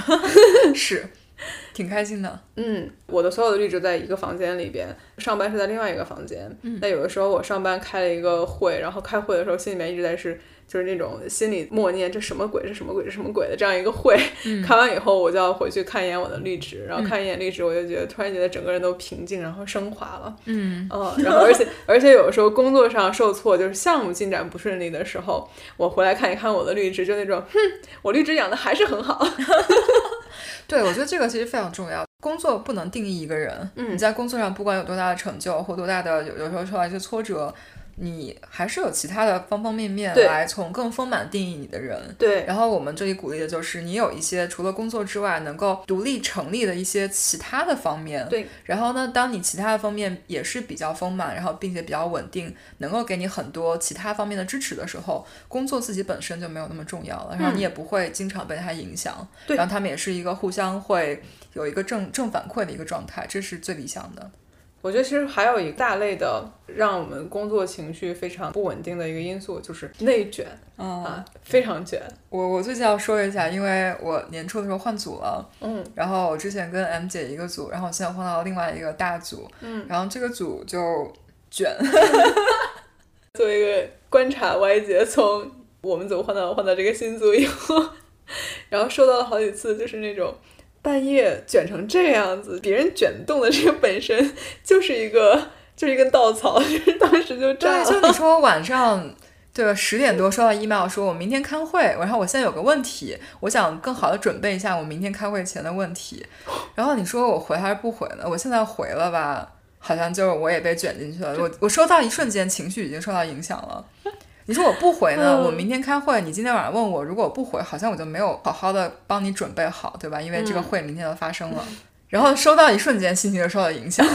A: 是。挺开心的。
B: 嗯，我的所有的绿植在一个房间里边，上班是在另外一个房间。嗯，那有的时候我上班开了一个会，然后开会的时候心里面一直在是就是那种心里默念这什么鬼，这什么鬼，这什么鬼的这样一个会。开完以后，我就要回去看一眼我的绿植，然后看一眼绿植，我就觉得突然觉得整个人都平静，然后升华了。
A: 嗯
B: 嗯，然后而且 而且有时候工作上受挫，就是项目进展不顺利的时候，我回来看一看我的绿植，就那种，哼，我绿植养的还是很好。
A: 对，我觉得这个其实非常重要。工作不能定义一个人，
B: 嗯
A: 你在工作上不管有多大的成就或多大的有有时候受到一些挫折，你还是有其他的方方面面
B: 对
A: 来从更丰满定义你的人。
B: 对，
A: 然后我们这里鼓励的就是你有一些除了工作之外能够独立成立的一些其他的方面。
B: 对。
A: 然后呢，当你其他的方面也是比较丰满，然后并且比较稳定，能够给你很多其他方面的支持的时候，工作自己本身就没有那么重要了，然后你也不会经常被它影响。
B: 嗯对
A: 然后他们也是一个互相会有一个正正反馈的一个状态，这是最理想的。
B: 我觉得其实还有一大类的让我们工作情绪非常不稳定的一个因素，就是内卷
A: 嗯
B: 啊，非常卷。
A: 我我最近要说一下，因为我年初的时候换组了，
B: 嗯，
A: 然后我之前跟 M 姐一个组，然后我现在换到另外一个大组，
B: 嗯，
A: 然后这个组就卷，
B: 作为一个观察歪姐，从我们组换到换到这个新组以后， 然后收到了好几次，就是那种半夜卷成这样子，别人卷动的这个本身就是一个 就是一根稻草， 就是当时就炸
A: 对，就
B: 了。
A: 你说晚上。对吧？十点多收到 email 说，我明天开会，然后我现在有个问题，我想更好的准备一下我明天开会前的问题。然后你说我回还是不回呢？我现在回了吧，好像就是我也被卷进去了。我我收到一瞬间情绪已经受到影响了。你说我不回呢？
B: 嗯
A: 我明天开会，你今天晚上问我，如果我不回，好像我就没有好好的帮你准备好，对吧？因为这个会明天就发生了。然后收到一瞬间，心情就受到影响，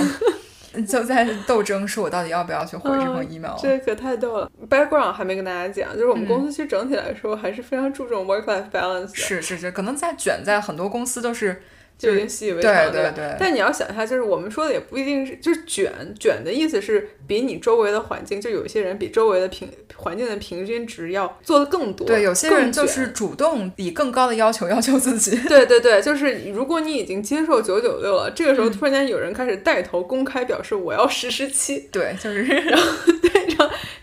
A: 就在斗争，是我到底要不要去回这封
B: 嗯
A: email？、
B: 这可太逗了！Background 还没跟大家讲，就是我们公司其实整体来说还是非常注重 work-life balance 的，
A: 是是是，可能在卷在很多公司都是
B: 就已经习以为常了，
A: 对
B: 吧
A: 对对
B: 但你要想一下，就是我们说的也不一定是，就是卷卷的意思是比你周围的环境，就有一些人比周围的平环境的平均值要做的更多。
A: 对有些人
B: 更卷
A: 就是主动以更高的要求要求自 己。
B: 对对对，就是如果你已经接受九九六了，这个
A: 嗯
B: 时候突然间有人开始带头公开表示我要实施七，
A: 对，就是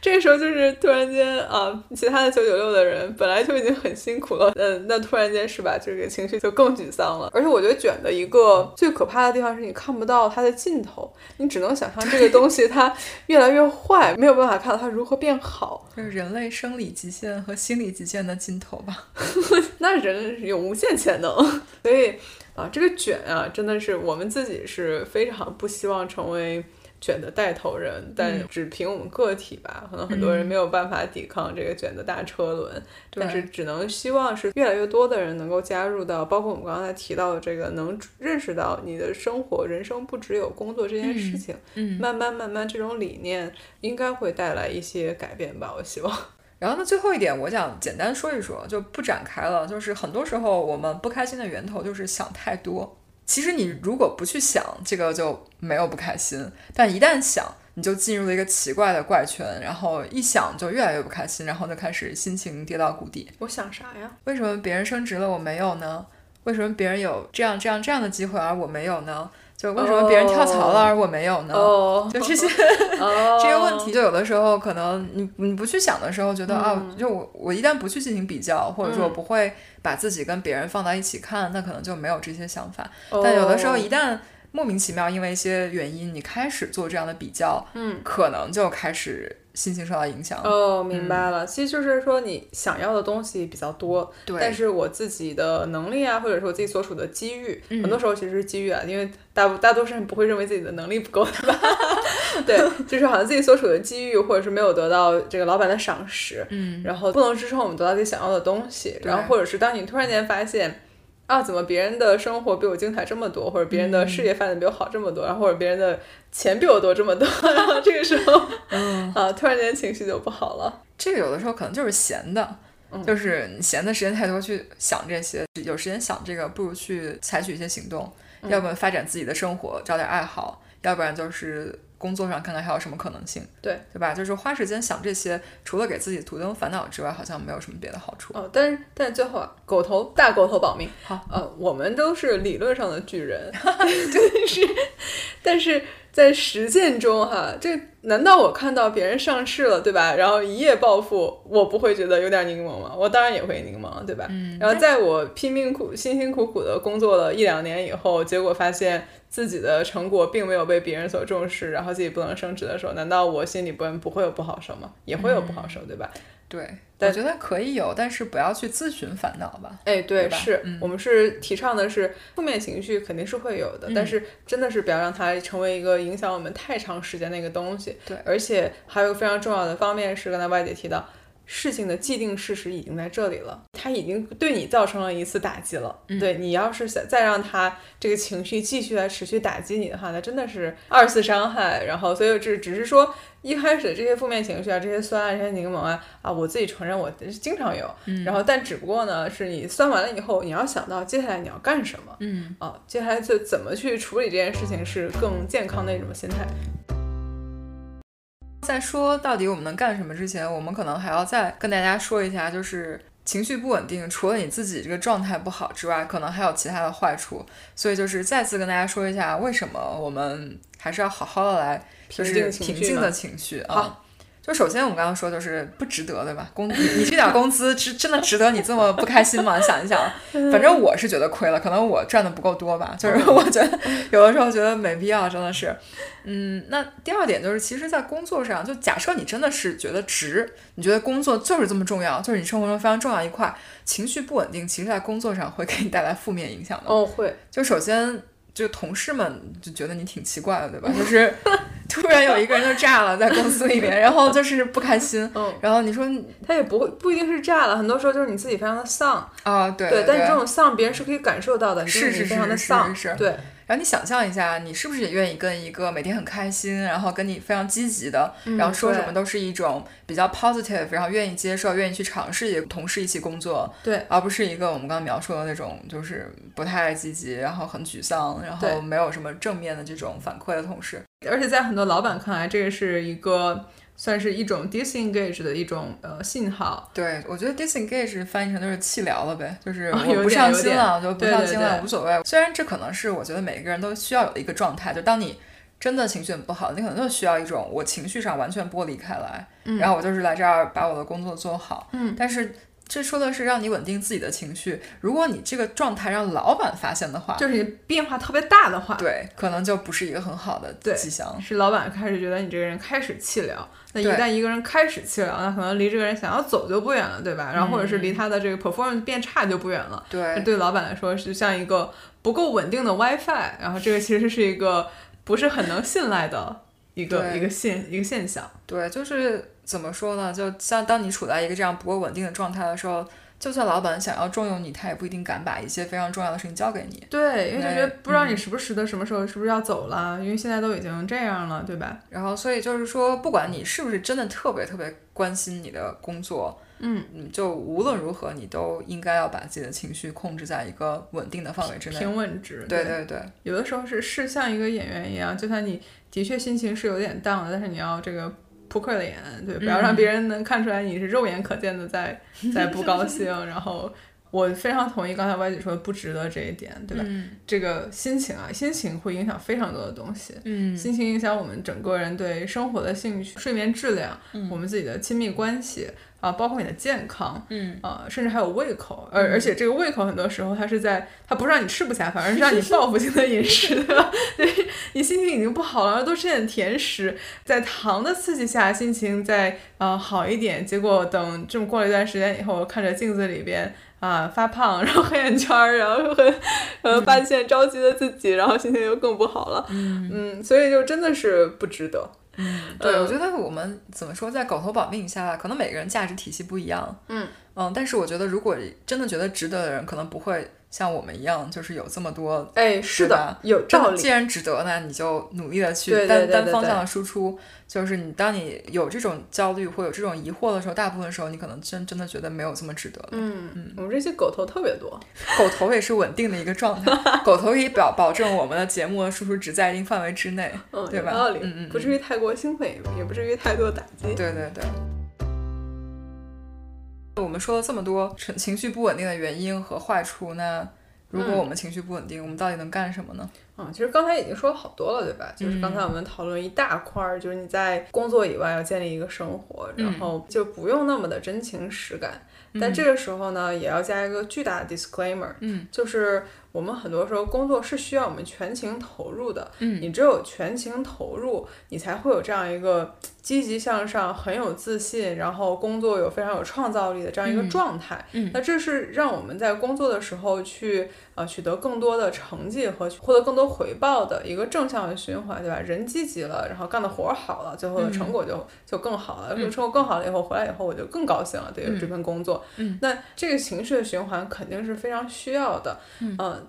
B: 这个时候就是突然间啊，其他的九九六的人本来就已经很辛苦了，嗯，那突然间是吧，这个情绪就更沮丧了。而且我觉得卷的一个最可怕的地方是你看不到它的尽头，你只能想象这个东西它越来越坏，没有办法看到它如何变好。
A: 就是人类生理极限和心理极限的尽头吧。
B: 那人有无限潜能， 所以啊，这个卷啊，真的是我们自己是非常不希望成为卷的带头人，
A: 嗯
B: 但只凭我们个体吧，可能很多人没有办法抵抗这个卷的大车轮，
A: 对
B: 但是只能希望是越来越多的人能够加入到，包括我们刚才提到的这个，能认识到你的生活、人生不只有工作这件事情，
A: 嗯，
B: 慢慢慢慢这种理念应该会带来一些改变吧，我希望。
A: 然后呢，最后一点我想简单说一说，就不展开了。就是很多时候我们不开心的源头就是想太多。其实你如果不去想，这个就没有不开心。但一旦想，你就进入了一个奇怪的怪圈，然后一想就越来越不开心，然后就开始心情跌到谷底。
B: 我想啥呀？
A: 为什么别人升职了我没有呢？为什么别人有这样这样这样的机会而我没有呢？就为什么别人跳槽了而我没有呢
B: 哦，
A: 就 这些
B: 哦
A: 这些问题，就有的时候可能你你不去想的时候，
B: 嗯
A: 觉得、啊，就我我一旦不去进行比较，或者说不会把自己跟别人放到一起看，那可能就没有这些想法。
B: 哦
A: 但有的时候一旦莫名其妙因为一些原因，你开始做这样的比较，
B: 嗯，
A: 可能就开始心情受到影响。
B: 哦，明白了。其实就是说，你想要的东西比较多，
A: 对
B: 但是我自己的能力啊，或者说我自己所处的机遇，
A: 嗯
B: 很多时候其实是机遇啊，因为大部大多数人不会认为自己的能力不够， 对吧？对，就是好像自己所处的机遇，或者是没有得到这个老板的赏识，
A: 嗯，
B: 然后不能支撑我们得到自己想要的东西，
A: 对
B: 然后或者是当你突然间发现。啊，怎么别人的生活比我精彩这么多，或者别人
A: 嗯
B: 的事业发展比我好这么多，然后或者别人的钱比我多这么多， 然后这个时候，
A: 嗯
B: 啊，突然间情绪就不好了。
A: 这个有的时候可能就是闲的。就是你闲的时间太多，去想这些，有时间想这个，不如嗯去采取一些行动，要不然发展自己的生活，找点爱好，要不然就是工作上看看还有什么可能性，
B: 对
A: 对吧？就是花时间想这些，除了给自己徒增烦恼之外，好像没有什么别的好处。
B: 哦，但是但是最后啊，狗头大狗头保命。
A: 好，
B: 呃，我们都是理论上的 巨人，但是但是在实践中哈，这难道我看到别人上市了，对吧？然后一夜暴富，我不会觉得有点柠檬吗？我当然也会柠檬，对吧？
A: 嗯
B: 然后在我拼命苦辛辛苦苦的工作了一两年以后，结果发现自己的成果并没有被别人所重视，然后自己不能升职的时候，难道我心里不不会有不好受吗？也会有不
A: 嗯
B: 好受，对吧？
A: 对，
B: 但
A: 我觉得可以有，但是不要去自寻烦恼吧。
B: 哎，对，
A: 对吧
B: 是、
A: 嗯
B: 我们是提倡的是负面情绪肯定是会有的，
A: 嗯
B: 但是真的是不要让它成为一个影响我们太长时间的一个东西。
A: 对
B: 而且还有一个非常重要的方面是，刚才外姐提到，事情的既定事实已经在这里了，它已经对你造成了一次打击了。
A: 嗯
B: 对你要是想再让它这个情绪继续来持续打击你的话，那真的是二次伤害。然后，所以只只是说一开始这些负面情绪啊，这些酸啊，这些柠檬啊，啊，我自己承认我经常有，
A: 嗯
B: 然后但只不过呢，是你酸完了以后，你要想到接下来你要干什么，
A: 嗯，
B: 啊，接下来就怎么去处理这件事情是更健康的一种心态。
A: 在说到底我们能干什么之前，我们可能还要再跟大家说一下，就是情绪不稳定，除了你自己这个状态不好之外，可能还有其他的坏处。所以就是再次跟大家说一下，为什么我们还是要好好的来就是
B: 平静情绪
A: 平静
B: 嘛
A: 的情绪啊
B: 好。
A: 就首先我们刚刚说就是不值得，嗯对吧？工你你这点工资值真的值得你这么不开心吗？你想一想， 反正我是觉得亏了，可能我赚的不够多 吧。就是我觉得有的时候觉得没必要，真的是。嗯，那第二点就是，其实，在工作上，就假设你真的是觉得值，你觉得工作就是这么重要，就是你生活中非常重要一块，情绪不稳定，其实在工作上会给你带来负面影响的。
B: 哦，会，
A: 就首先就同事们就觉得你挺奇怪的，对吧？就是 突然有一个人就炸了在公司里面，然后就是不开心，
B: 嗯，
A: 然后你说你
B: 他也不会不一定是炸了，很多时候就是你自己非常的丧，
A: 啊，对对，
B: 但是这种丧别人是可以感受到的，就是你
A: 是
B: 非常的
A: 是是
B: 丧，
A: 是
B: 对，
A: 然后你想象一下，你是不是也愿意跟一个每天很开心，然后跟你非常积极的，然后说什
B: 嗯对
A: 么都是一种比较 positive，然后愿意接受、愿意去尝试也同事一起工作，
B: 对，
A: 而不是一个我们刚刚描述的那种就是不太积极，然后很沮丧，然
B: 对
A: 后没有什么正面的这种反馈的同事。
B: 而且在很多老板看来，这个是一个算是一种 disengage 的一种呃信号。
A: 对，我觉得 disengage 翻译成就是弃聊了呗，就是
B: 哦有
A: 我不
B: 点
A: 上
B: 有
A: 心
B: 点
A: 了，就不
B: 对
A: 上
B: 对
A: 心
B: 对
A: 了，无所谓。虽然这可能是我觉得每个人都需要有的一个状态，就当你真的情绪很不好，你可能就需要一种我情绪上完全剥离开来，然后我就是来这儿把我的工作做好。
B: 嗯，
A: 但是这说的是让你稳定自己的情绪，如果你这个状态让老板发现的话，
B: 就是你变化特别大的话，
A: 对，可能就不是一个很好的
B: 对
A: 迹象。
B: 是老板开始觉得你这个人开始气聊，那一
A: 对
B: 旦一个人开始气聊，那可能离这个人想要走就不远了，对吧？然后或者是离他的这个 performance 变差就不远了。
A: 嗯对
B: 那对老板来说，是像一个不够稳定的 WiFi，然后这个其实是一个不是很能信赖的一个
A: 对
B: 一个现一个现象。
A: 对，就是怎么说呢？就像当你处在一个这样不够稳定的状态的时候，就算老板想要重用你，他也不一定敢把一些非常重要的事情交给你。
B: 对，因为就觉得
A: 对嗯
B: 不知道你时不时的什么时候是不是要走了，因为现在都已经这样了，对吧？
A: 然后，所以就是说，不管你是不是真的特别特别关心你的工作，
B: 嗯
A: 嗯，就无论如何，你都应该要把自己的情绪控制在一个稳定的范围之内。
B: 平稳值。
A: 对对对，
B: 有的时候是是像一个演员一样，就算你的确心情是有点 down 的，但是你要这个扑克脸，对，不要让别人能看出来你是肉眼可见的在在不高兴。然后我非常同意刚才歪姐说的不值得这一点，对吧？
A: 嗯
B: 这个心情啊，心情会影响非常多的东西。
A: 嗯
B: 心情影响我们整个人对生活的兴趣、睡眠质量，
A: 嗯
B: 我们自己的亲密关系啊，包括你的健康，
A: 嗯
B: 啊，甚至还有胃口，而而且这个胃口很多时候它是在它不是让你吃不下，反而是让你报复性的 饮食，对吧？对，你心情已经不好了，然后多吃点甜食，在糖的刺激下心情再呃好一点，结果等这么过了一段时间以后，看着镜子里边。啊，发胖，然后黑眼圈儿，然后很，呃，发现着急的自己，然后心情又更不好了。
A: 嗯，
B: 嗯，所以就真的是不值得。
A: 对，
B: 呃
A: 我觉得我们怎么说，在狗头保命下吧，可能每个人价值体系不一样。
B: 嗯
A: 嗯，但是我觉得，如果真的觉得值得的人，可能不会像我们一样，就是有这么多
B: 哎，是
A: 对
B: 的
A: 吧，
B: 有道
A: 但
B: 理
A: 既。然值得呢，你就努力的去
B: 对对
A: 单
B: 对对
A: 单
B: 对
A: 方向的输出。就是你当你有这种焦虑或有这种疑惑的时候，大部分时候你可能真真的觉得没有这么值得了。
B: 嗯，我们这些狗头特别多。
A: 狗头也是稳定的一个状态， 狗头可以保保证我们的节目的输出值在一定范围之内，
B: 嗯，
A: 对吧？
B: 有道理，
A: 嗯嗯，
B: 不至于太过兴奋，也也不至于太多打击。
A: 对对对。我们说了这么多情情绪不稳定的原因和坏处，那如果
B: 嗯
A: 我们情绪不稳定，我们到底能干什么呢？
B: 嗯，其实刚才已经说了好多了，对吧？就是刚才
A: 嗯
B: 我们讨论一大块儿，就是你在工作以外要建立一个生活，
A: 嗯
B: 然后就不用那么的真情实感。但这个时候呢，也要加一个巨大的 disclaimer，
A: 嗯，
B: 就是我们很多时候工作是需要我们全情投入的，
A: 嗯
B: 你只有全情投入，你才会有这样一个积极向上、很有自信，然后工作有非常有创造力的这样一个
A: 嗯
B: 状态。
A: 嗯
B: 那这是让我们在工作的时候去呃取得更多的成绩和获得更多回报的一个正向的循环，对吧？人积极了，然后干的活儿好了，最后的
A: 嗯
B: 成果就、就更好了。如果成果更好了以后，回来以后我就更高兴了，对于这份工作。
A: 嗯
B: 那这个情绪的循环肯定是非常需要的。嗯。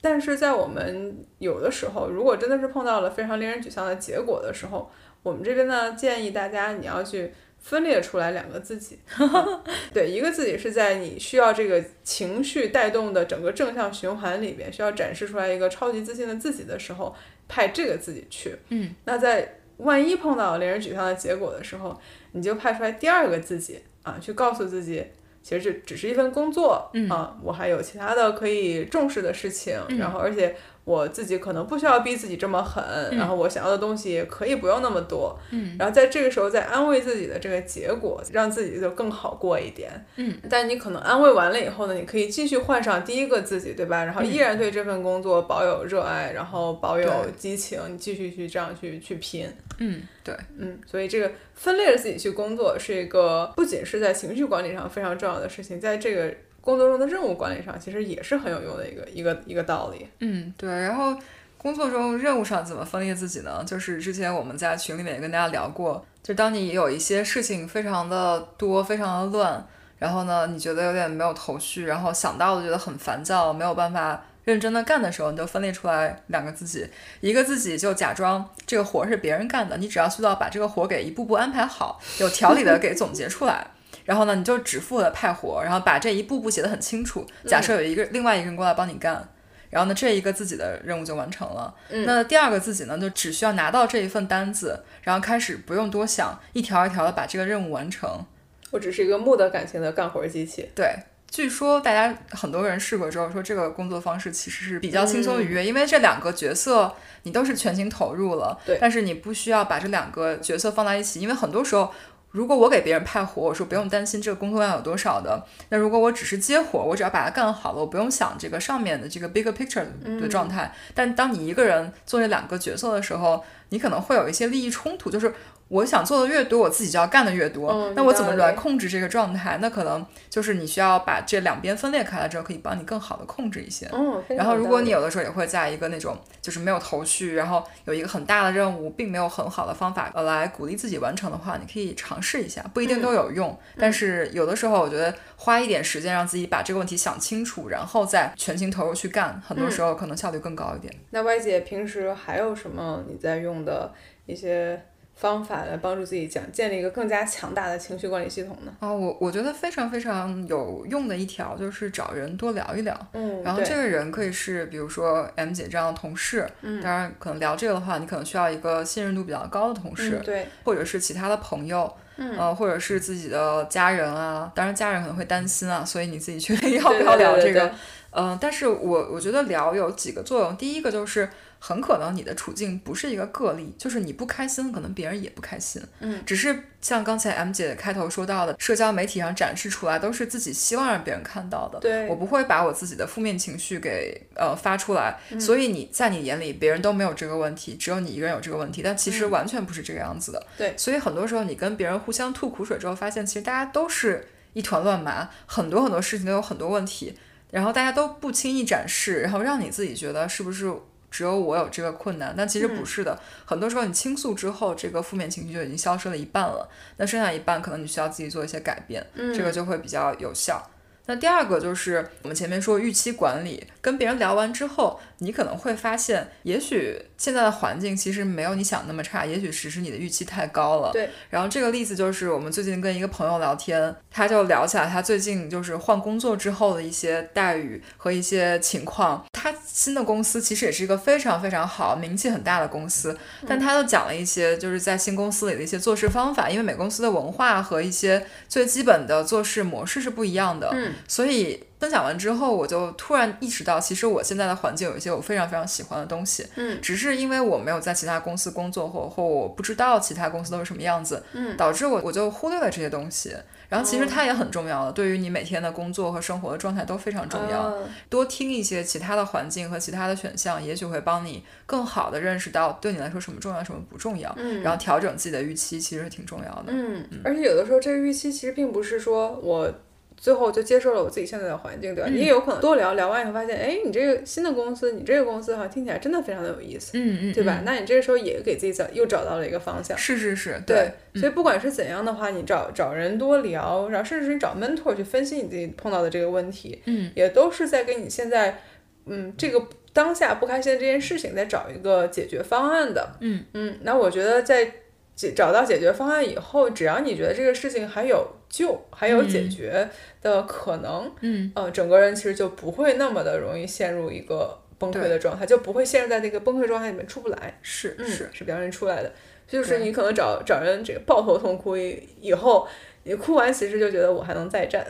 B: 但是在我们有的时候，如果真的是碰到了非常令人沮丧的结果的时候，我们这边呢建议大家你要去分裂出来两个自己， 对，一个自己是在你需要这个情绪带动的整个正向循环里边，需要展示出来一个超级自信的自己的时候，派这个自己去。
A: 嗯，
B: 那在万一碰到令人沮丧的结果的时候，你就派出来第二个自己啊，去告诉自己。其实这只是一份工作、
A: 嗯
B: 啊，我还有其他的可以重视的事情，
A: 嗯
B: 然后而且我自己可能不需要逼自己这么狠，然后我想要的东西也可以不用那么多，
A: 嗯，
B: 然后在这个时候再安慰自己的这个结果，让自己就更好过一点，
A: 嗯，
B: 但你可能安慰完了以后呢，你可以继续换上第一个自己，对吧？
A: 嗯
B: 然后依然对这份工作保有热爱，然后保有
A: 对
B: 激情，你继续去这样去去拼，
A: 嗯，对，
B: 嗯，所以这个分裂着自己去工作是一个不仅是在情绪管理上非常重要的事情，在这个工作中的任务管理上，其实也是很有用的一个一个一个道理。
A: 嗯，对。然后工作中任务上怎么分裂自己呢？就是之前我们在群里面也跟大家聊过，就当你有一些事情非常的多、非常的乱，然后呢，你觉得有点没有头绪，然后想到的觉得很烦躁，没有办法。认真的干的时候，你就分裂出来两个自己，一个自己就假装这个活儿是别人干的，你只要做到把这个活儿给一步步安排好，有条理的给总结出来，然后呢，你就只负责派活儿，然后把这一步步写得很清楚。假设有一个、另外一个人过来帮你干，然后呢，这一个自己的任务就完成了。
B: 嗯
A: 那第二个自己呢，就只需要拿到这一份单子，然后开始不用多想，一条一条的把这个任务完成。
B: 我只是一个木的感情的干活机器。
A: 对，据说大家很多人试过之后说，这个工作方式其实是比较轻松愉悦，因为这两个角色你都是全情投入了，
B: 对
A: 但是你不需要把这两个角色放在一起，因为很多时候。如果我给别人派活，我说不用担心这个工作量有多少的。那如果我只是接活，我只要把它干好了，我不用想这个上面的这个 bigger picture 的状态。但当你一个人做这两个角色的时候，你可能会有一些利益冲突，就是我想做的越多，我自己就要干的越多。
B: 嗯
A: 那我怎么
B: 明白
A: 来控制这个状态？那可能就是你需要把这两边分裂开来之后，可以帮你更好的控制一些。
B: 嗯，非常有
A: 然后，如果
B: 道理
A: 你有的时候也会在一个那种就是没有头绪，然后有一个很大的任务，并没有很好的方法呃来鼓励自己完成的话，你可以尝试一下，不一定
B: 嗯
A: 都有用。但是有的时候，我觉得花一点时间让自己把这个问题想清楚，然后再全情投入去干，很
B: 嗯
A: 多时候可能效率更高一点。
B: 那 Y 姐平时还有什么你在用的一些方法来帮助自己讲建立一个更加强大的情绪管理系统呢？
A: 啊、我我觉得非常非常有用的一条就是找人多聊一聊。
B: 嗯
A: 然后这个人可以是，比如说 M 姐这样的同事，嗯，当然可能聊这个的话，你可能需要一个信任度比较高的同事，
B: 嗯、对，
A: 或者是其他的朋友，嗯、呃，或者是自己的家人啊，当然家人可能会担心啊，所以你自己 决定要不
B: 对
A: 要聊这个，？
B: 对对对对
A: 嗯，但是我我觉得聊有几个作用，第一个就是很可能你的处境不是一个个例，就是你不开心，可能别人也不开心。
B: 嗯，
A: 只是像刚才 M 姐开头说到的，社交媒体上展示出来都是自己希望让别人看到的。
B: 对
A: 我不会把我自己的负面情绪给呃发出来，
B: 嗯
A: 所以你在你眼里别人都没有这个问题，只有你一个人有这个问题，但其实完全不是这个样子的。
B: 嗯对
A: 所以很多时候你跟别人互相吐苦水之后，发现其实大家都是一团乱麻，很多很多事情都有很多问题，然后大家都不轻易展示，然后让你自己觉得是不是只有我有这个困难？但其实不是的，很多时候你倾诉之后，这个负面情绪就已经消失了一半了，那剩下一半可能你需要自己做一些改变，这个就会比较有效。那第二个就是我们前面说预期管理，跟别人聊完之后，你可能会发现，也许现在的环境其实没有你想那么差，也许只是你的预期太高了。
B: 对。
A: 然后这个例子就是我们最近跟一个朋友聊天，他就聊起来他最近就是换工作之后的一些待遇和一些情况。他新的公司其实也是一个非常非常好、名气很大的公司，但
B: 嗯
A: 他就讲了一些就是在新公司里的一些做事方法，因为每公司的文化和一些最基本的做事模式是不一样的。
B: 嗯，
A: 所以分享完之后，我就突然意识到，其实我现在的环境有一些我非常非常喜欢的东西。
B: 嗯，
A: 只是因为我没有在其他公司工作或或我不知道其他公司都是什么样子，
B: 嗯，哦
A: 导致我我就忽略了这些东西。然后其实它也很重要的，对于你每天的工作和生活的状态都非常重要。
B: 啊
A: 多听一些其他的环境和其他的选项，也许会帮你更好的认识到对你来说什么重要，什么不重要，
B: 嗯
A: 然后调整自己的预期，其实挺重要的。
B: 嗯，而且有的时候这个预期其实并不是说我最后就接受了我自己现在的环境，对吧？
A: 嗯
B: 你也有可能多聊聊完以后发现，哎，你这个新的公司，你这个公司好像听起来真的非常的有意思，
A: 嗯嗯，
B: 对吧？那你这个时候也给自己找又找到了一个方向
A: 嗯？。是是是，
B: 对，
A: 嗯
B: 所以不管是怎样的话，你找找人多聊，然后甚至是你找 mentor 去分析你自己碰到的这个问题，
A: 嗯，
B: 也都是在给你现在，嗯，这个当下不开心的这件事情，再找一个解决方案的，
A: 嗯
B: 嗯。那我觉得在解找到解决方案以后，只要你觉得这个事情还有救，还有解决的可能，
A: 嗯
B: 呃，整个人其实就不会那么的容易陷入一个崩溃
A: 对
B: 的状态，就不会陷入在那个崩溃状态里面出不来。
A: 是
B: 嗯，
A: 是，
B: 是比较容易出来的。就是
A: 对
B: 你可能找找人这个抱头痛哭以以后，你哭完其实就觉得我还能再战。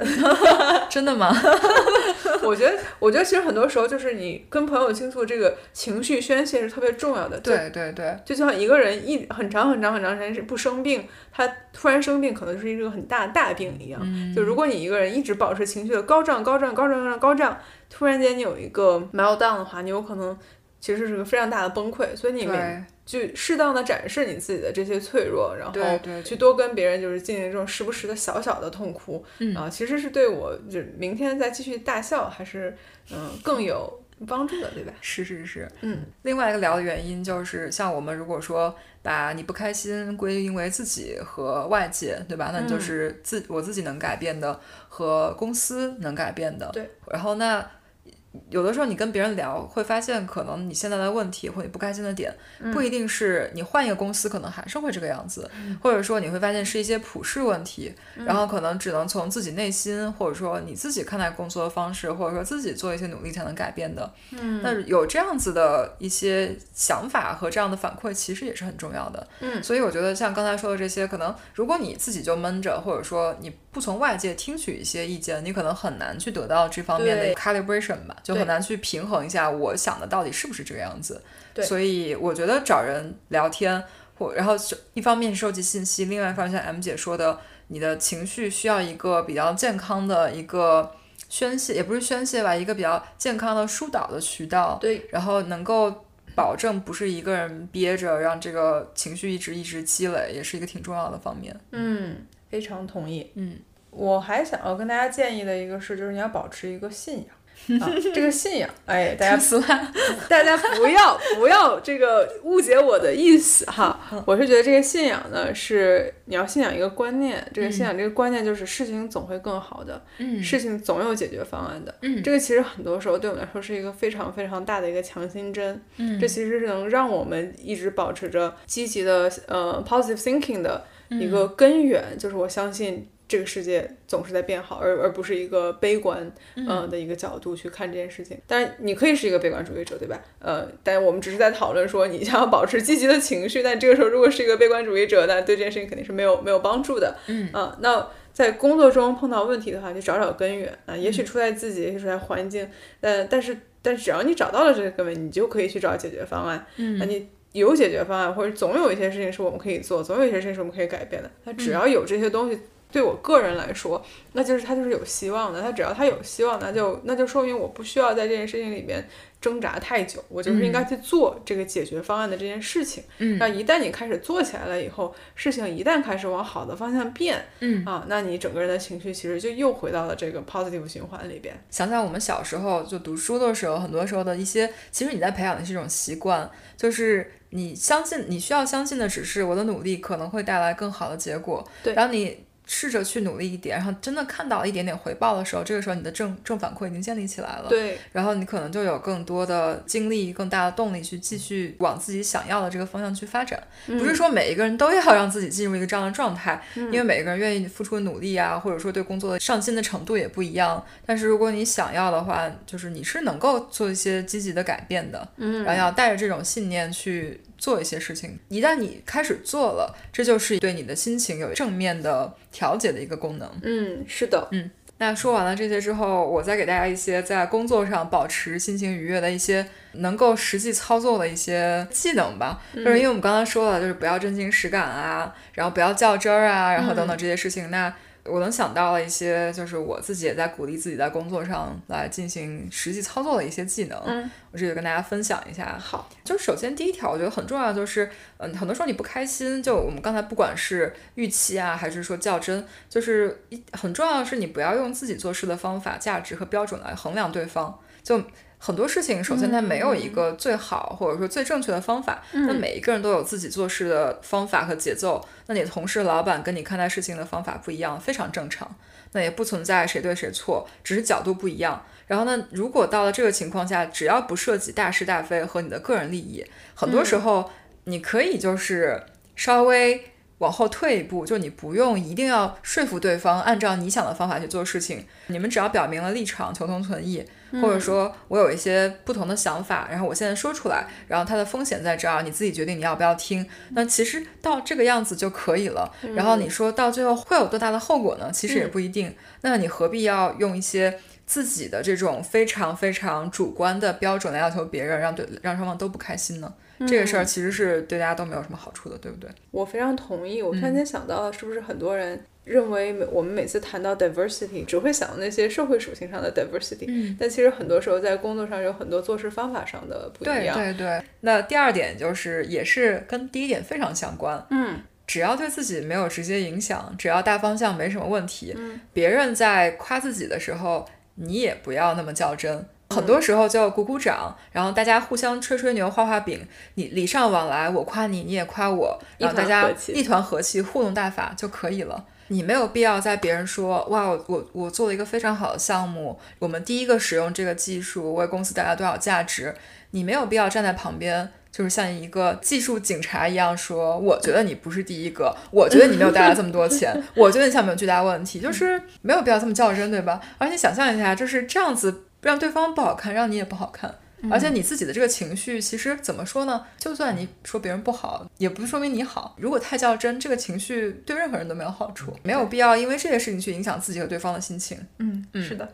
A: 真的吗？
B: 我觉得，我觉得其实很多时候就是你跟朋友倾诉这个情绪宣泄是特别重要的。就，
A: 对对对，
B: 就像一个人一很长很长很长时间是不生病，他突然生病可能就是一个很大的大病一样。
A: 嗯
B: 就如果你一个人一直保持情绪的高涨、高涨、高涨、高涨、高涨，突然间你有一个 meltdown 的话，你有可能其实是个非常大的崩溃。所以你每
A: 对
B: 去适当的展示你自己的这些脆弱，然
A: 对
B: 后
A: 对，
B: 去多跟别人就是进行这种时不时的小小的痛哭，
A: 嗯
B: 啊，其实是对我就明天再继续大笑还是嗯、更有帮助的，对吧？
A: 是是是。
B: 嗯
A: 另外一个聊的原因就是，像我们如果说把你不开心归因为自己和外界，对吧？那你就
B: 嗯
A: 是自、我自己能改变的和公司能改变的。
B: 对。
A: 然后那有的时候你跟别人聊，会发现可能你现在的问题或你不开心的点，
B: 嗯
A: 不一定是你换一个公司可能还是会这个样子，
B: 嗯
A: 或者说你会发现是一些普世问题，然后可能只能从自己内心或者说你自己看待工作的方式，或者说自己做一些努力才能改变的。
B: 嗯，
A: 那有这样子的一些想法和这样的反馈，其实也是很重要的。
B: 嗯
A: 所以我觉得像刚才说的这些，可能如果你自己就闷着，或者说你不从外界听取一些意见，你可能很难去得到这方面的
B: 对
A: calibration 吧，就
B: 对
A: 很难去平衡一下我想的到底是不是这个样子。
B: 对
A: 所以我觉得找人聊天，或然后是一方面收集信息，另外一方面像 M 姐说的，你的情绪需要一个比较健康的一个。宣泄也不是宣泄吧，一个比较健康的疏导的渠道，
B: 对，
A: 然后能够保证不是一个人憋着，让这个情绪一直一直积累，也是一个挺重要的方面。
B: 嗯，非常同意。
A: 嗯，
B: 我还想要跟大家建议的一个是，就是你要保持一个信仰。啊，这个信仰，哎，大家
A: 斯拉，
B: 大家不要不要这个误解我的意思哈，我是觉得这个信仰呢是你要信仰一个观念，这个信仰这个观念就是事情总会更好的，
A: 嗯
B: 事情总有解决方案的。
A: 嗯
B: 这个其实很多时候对我们来说是一个非常非常大的一个强心针，
A: 嗯
B: 这其实是能让我们一直保持着积极的呃 positive thinking 的一个
A: 嗯
B: 根源，就是我相信。这个世界总是在变好，而而不是一个悲观嗯的一个角度去看这件事情。当然，你可以是一个悲观主义者，对吧？呃，但我们只是在讨论说，你想要保持积极的情绪，但这个时候如果是一个悲观主义者，那对这件事情肯定是没有没有帮助的。
A: 嗯
B: 啊、那在工作中碰到问题的话，就找找根源啊、
A: 嗯
B: 也许出在自己，也许出在环境，呃，但是但只要你找到了这个根源，你就可以去找解决方案。
A: 嗯
B: 啊，你有解决方案，或者总有一些事情是我们可以做，总有一些事情是我们可以改变的。
A: 嗯
B: 那只要有这些东西，对我个人来说，那就是它就是有希望的。它只要它有希望，那就那就说明我不需要在这件事情里面挣扎太久，我就是应该去做这个解决方案的这件事情。
A: 嗯
B: 那一旦你开始做起来了以后，事情一旦开始往好的方向变，
A: 嗯
B: 啊，那你整个人的情绪其实就又回到了这个 positive 循环里边。
A: 想想我们小时候就读书的时候，很多时候的一些，其实你在培养的是一种习惯，就是你相信你需要相信的只是我的努力可能会带来更好的结果。
B: 对
A: 然后你。试着去努力一点，然后真的看到一点点回报的时候，这个时候你的正正反馈已经建立起来了。
B: 对，
A: 然后你可能就有更多的精力、更大的动力去继续往自己想要的这个方向去发展。不是说每一个人都要让自己进入一个这样的状态，因为每个人愿意付出的努力啊，或者说对工作的上心的程度也不一样。但是如果你想要的话，就是你是能够做一些积极的改变的，嗯，然后要带着这种信念去。做一些事情，一旦你开始做了，这就是对你的心情有正面的调节的一个功能。
B: 嗯，是的，
A: 那说完了这些之后，我再给大家一些在工作上保持心情愉悦的一些能够实际操作的一些技能吧。就是因为我们刚刚说了，就是不要真情实感啊，然后不要较真儿啊，然后等等这些事情。那我能想到了一些，就是我自己也在鼓励自己在工作上来进行实际操作的一些技能。
B: 嗯
A: 我这就跟大家分享一下。
B: 好，
A: 就是首先第一条，我觉得很重要，就是嗯，很多时候你不开心，就我们刚才不管是预期啊，还是说较真，就是一很重要的是你不要用自己做事的方法、价值和标准来衡量对方。就很多事情，首先它没有一个最好、或者说最正确的方法，那每一个人都有自己做事的方法和节奏。那你的同事、老板跟你看待事情的方法不一样，非常正常。那也不存在谁对谁错，只是角度不一样。然后呢，如果到了这个情况下，只要不涉及大是大非和你的个人利益，很多时候你可以就是稍微往后退一步，就你不用一定要说服对方按照你想的方法去做事情，你们只要表明了立场，求同存异，或者说我有一些不同的想法，然后我现在说出来，然后它的风险在这儿，啊你自己决定你要不要听。那其实到这个样子就可以了。然后你说到最后会有多大的后果呢？其实也不一定。那你何必要用一些自己的这种非常非常主观的标准来要求别人，让对让双方都不开心呢？
B: 嗯
A: 这个事儿其实是对大家都没有什么好处的，对不对？
B: 我非常同意。我突然间想到，是不是很多人认为每我们每次谈到 diversity，只会想到那些社会属性上的 diversity，、但其实很多时候在工作上有很多做事方法上的不一
A: 对
B: 样。
A: 对对。那第二点就是，也是跟第一点非常相关。
B: 嗯，
A: 只要对自己没有直接影响，只要大方向没什么问题，
B: 嗯
A: 别人在夸自己的时候，你也不要那么较
B: 嗯
A: 真。很多时候就鼓鼓掌，然后大家互相吹吹牛、画画饼，你礼尚往来，我夸你，你也夸我，
B: 一
A: 然
B: 团
A: 后大家
B: 和气
A: 一团和气，糊弄大法就可以了。你没有必要在别人说哇，我我我做了一个非常好的项目，我们第一个使用这个技术，为公司带来多少价值，你没有必要站在旁边，就是像一个技术警察一样说，我觉得你不是第一个，我觉得你没有带来这么多 钱，我觉得你项目有巨大问题，就是没有必要这么较真，对吧？而且想象一下，就是这样子让对方不好看，让你也不好看。而且你自己的这个情绪，其实怎么说呢？就算你说别人不好，也不是说明你好。如果太较真，这个情绪对任何人都没有好处，没有必要因为这些事情去影响自己和对方的心情。
B: 嗯，是的，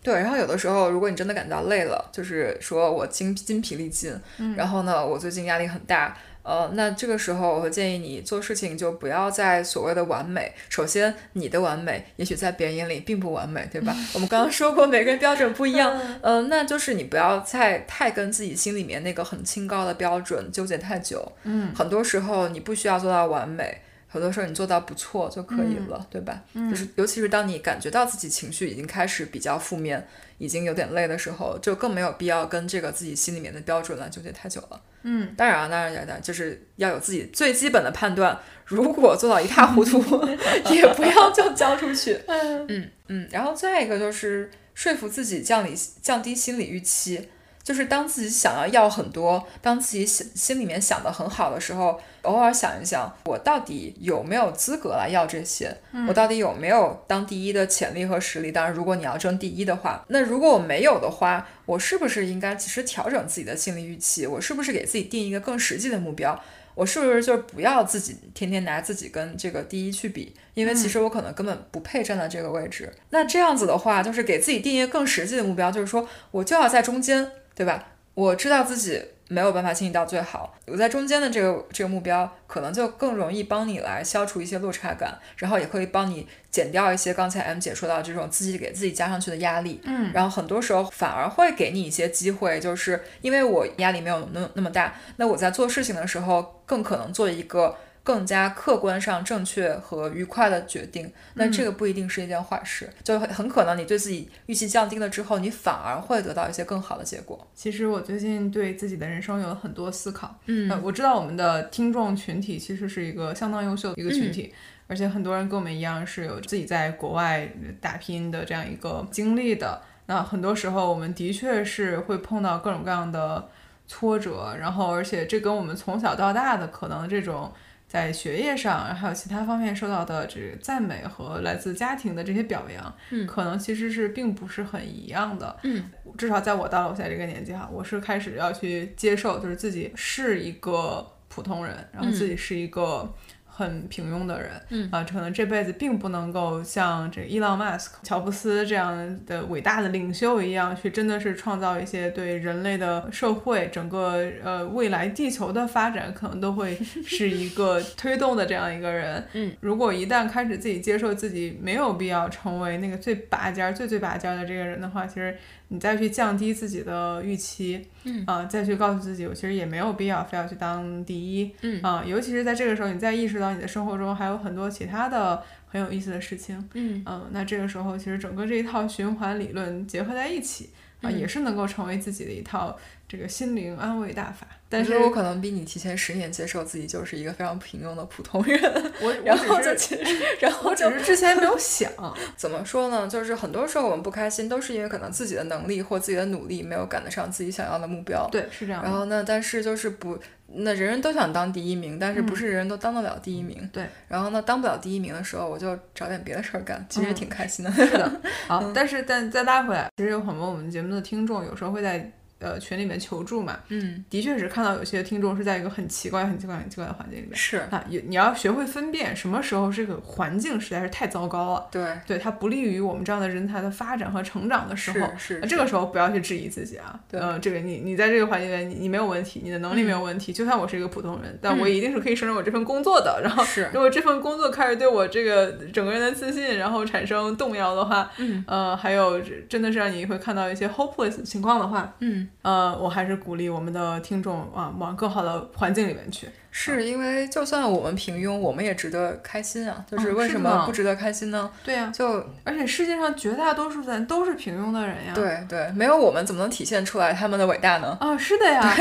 A: 对，然后有的时候，如果你真的感到累了，就是说我精筋疲力尽，然后呢，我最近压力很大，呃，那这个时候我会建议你做事情就不要再所谓的完美。首先，你的完美也许在别人眼里并不完美，对吧？我们刚刚说过，每个人标准不一样， 呃，那就是你不要再太跟自己心里面那个很清高的标准纠结太久。嗯，很多时候你不需要做到完美。很多时候你做到不错就可以了，对吧？就是尤其是当你感觉到自己情绪已经开始比较负面，已经有点累的时候，就更没有必要跟这个自己心里面的标准来纠结太久了。嗯，当然啊，当然，当然，就是要有自己最基本的判断。如果做到一塌糊涂， 也不要就交出去。
B: 嗯
A: 嗯嗯，然后再一个就是说服自己降理降低心理预期，就是当自己想要要很多，当自己想心里面想的很好的时候，偶尔想一想，我到底有没有资格来要这些？我到底有没有当第一的潜力和实力？当然，如果你要争第一的话，那如果我没有的话，我是不是应该及时调整自己的心理预期？我是不是给自己定一个更实际的目标？我是不是就不要自己天天拿自己跟这个第一去比？因为其实我可能根本不配站在这个位置。那这样子的话，就是给自己定一个更实际的目标，就是说我就要在中间，对吧？我知道自己没有办法轻易到最好，我在中间的这个这个目标，可能就更容易帮你来消除一些落差感，然后也可以帮你减掉一些刚才 M 姐说到这种自己给自己加上去的压力。嗯，然后很多时候反而会给你一些机会，就是因为我压力没有那么那么大，那我在做事情的时候更可能做一个。更加客观上正确和愉快的决定，那这个不一定是一件坏事，就很很可能你对自己预期降低了之后，你反而会得到一些更好的结果。
B: 其实我最近对自己的人生有了很多思考。嗯、呃，我知道我们的听众群体其实是一个相当优秀的一个群体。而且很多人跟我们一样是有自己在国外打拼的这样一个经历的。那很多时候我们的确是会碰到各种各样的挫折，然后而且这跟我们从小到大的可能这种在学业上，还有其他方面受到的这个赞美和来自家庭的这些表扬，嗯，可能其实是并不是很一样的。
A: 嗯，
B: 至少在我到了我现在这个年纪哈，我是开始要去接受，就是自己是一个普通人，然后自己是一个。很平庸的人，
A: 嗯
B: 啊，可能这辈子并不能够像这伊朗马斯克、乔布斯这样的伟大的领袖一样，去真的是创造一些对人类的社会、整个呃未来地球的发展，可能都会是一个推动的这样一个人。
A: 嗯，
B: 如果一旦开始自己接受自己没有必要成为那个最拔尖、最最拔尖的这个人的话，其实你再去降低自己的预期，
A: 嗯
B: 啊，再去告诉自己，我其实也没有必要非要去当第一，
A: 嗯
B: 啊，尤其是在这个时候，你再意识到你的生活中还有很多其他的很有意思的事情，
A: 嗯
B: 嗯，那这个时候其实整个这一套循环理论结合在一起啊，也是能够成为自己的一套这个心灵安慰大法。但
A: 但
B: 是
A: 是我可能比你提前十年接受自己就是一个非常平庸的普通人，
B: 我
A: 然后
B: 我
A: 就
B: 只
A: 其实， 然后就
B: 只是之前没有想，
A: 怎么说呢？就是很多时候我们不开心，都是因为可能自己的能力或自己的努力没有赶得上自己想要的目标。
B: 对，是这样的
A: 然。后呢，但是就是不，那人人都想当第一名，但是不是人人都当得了第一名。
B: 嗯对。
A: 然后呢，当不了第一名的时候，我就找点别的事儿干，
B: 嗯
A: 其实也挺开心的。
B: 好，
A: 嗯
B: 但是但再拉回来，其实有很多我们节目的听众有时候会在呃群里面求助嘛，
A: 嗯，
B: 的确是看到有些听众是在一个很奇怪、很奇怪、很奇怪的环境里 面
A: 是
B: 啊，有你要学会分辨什么时候这个环境实在是太糟糕了，
A: 对，
B: 对它不利于我们这样的人才的发展和成长的时候。
A: 是是
B: 那这个时候不要去质疑自己啊，
A: 对嗯
B: 呃，这个你你在这个环境里面，你你没有问题，你的能力没有问题。就算我是一个普通人，但我一定是可以胜任我这份工作的。然后
A: 是
B: 如果这份工作开始对我这个整个人的自信，然后产生动摇的话，
A: 嗯，
B: 呃，还有真的是让你会看到一些 hopeless 的情况的话，
A: 嗯，
B: 呃，我还是鼓励我们的听众啊，往更好的环境里面去。
A: 是因为就算我们平庸，我们也值得开心啊。就是
B: 嗯
A: 为
B: 是
A: 什
B: 的
A: 么不值得开心呢？
B: 对
C: 啊
B: 呀、
A: 就
B: 而且世界上绝大多数的人都是平庸的人呀。
A: 对对，没有我们怎么能体现出来他们的伟大呢？
B: 啊，是的呀。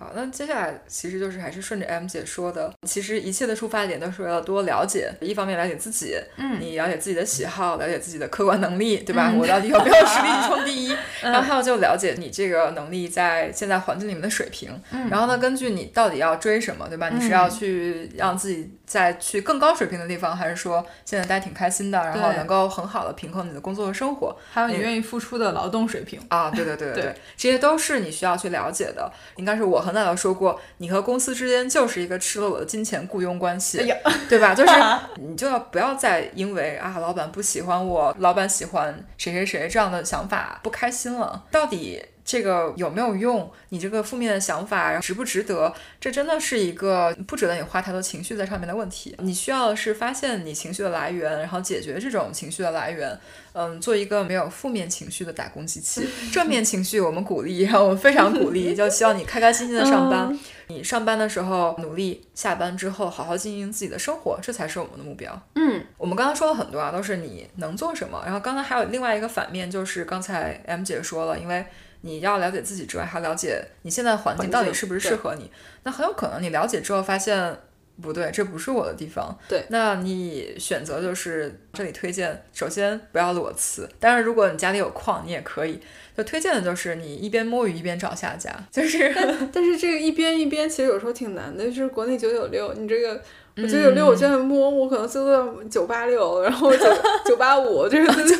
A: 好，那接下来其实就是还是顺着 M 姐说的，其实一切的出发点都是为了多了解，一方面了解自己，
B: 嗯
A: 你了解自己的喜好，了解自己的客观能力，对吧？我到底有没有实力冲 第一？
B: 嗯
A: 然后还有就了解你这个能力在现在环境里面的水平，
B: 嗯
A: 然后呢，根据你到底要追什么，对吧？你是要去让自己再去更高水平的地方，还是说现在待挺开心的，然后
B: 对
A: 能够很好的平衡你的工作和生活？
B: 还有你
A: 那
B: 愿意付出的劳动水平。
A: 啊，对对对对
B: 对
A: 对，这些都是你需要去了解的。应该是我很早就说过，你和公司之间就是一个吃了我的金钱雇佣关系，
B: 哎呀
A: 对吧？就是你就要不要再因为啊，老板不喜欢我，老板喜欢谁谁谁这样的想法不开心了。到底这个有没有用？你这个负面的想法值不值得？这真的是一个不值得你花太多情绪在上面的问题。你需要的是发现你情绪的来源，然后解决这种情绪的来源。嗯，做一个没有负面情绪的打工机器。正面情绪我们鼓励，然后我们非常鼓励，就希望你开开心心的上班。你上班的时候努力，下班之后好好经营自己的生活，这才是我们的目标。
C: 嗯，
A: 我们刚刚说了很多啊，都是你能做什么。然后刚才还有另外一个反面，就是刚才 M 姐说了，因为你要了解自己之外，还要了解你现在环境
B: 环境
A: 到底是不是
B: 对
A: 适合你。那很有可能你了解之后发现不对，这不是我的地方。
C: 对，
A: 那你选择就是这里推荐，首先不要裸辞，但是如果你家里有矿，你也可以。就推荐的就是你一边摸鱼一边找下家，就是
C: 但是这个一边一边其实有时候挺难的，就是国内九九六，你这个
B: 嗯
C: 我九九六我现在摸，我可能最多九八六，然后九九八五，这个 就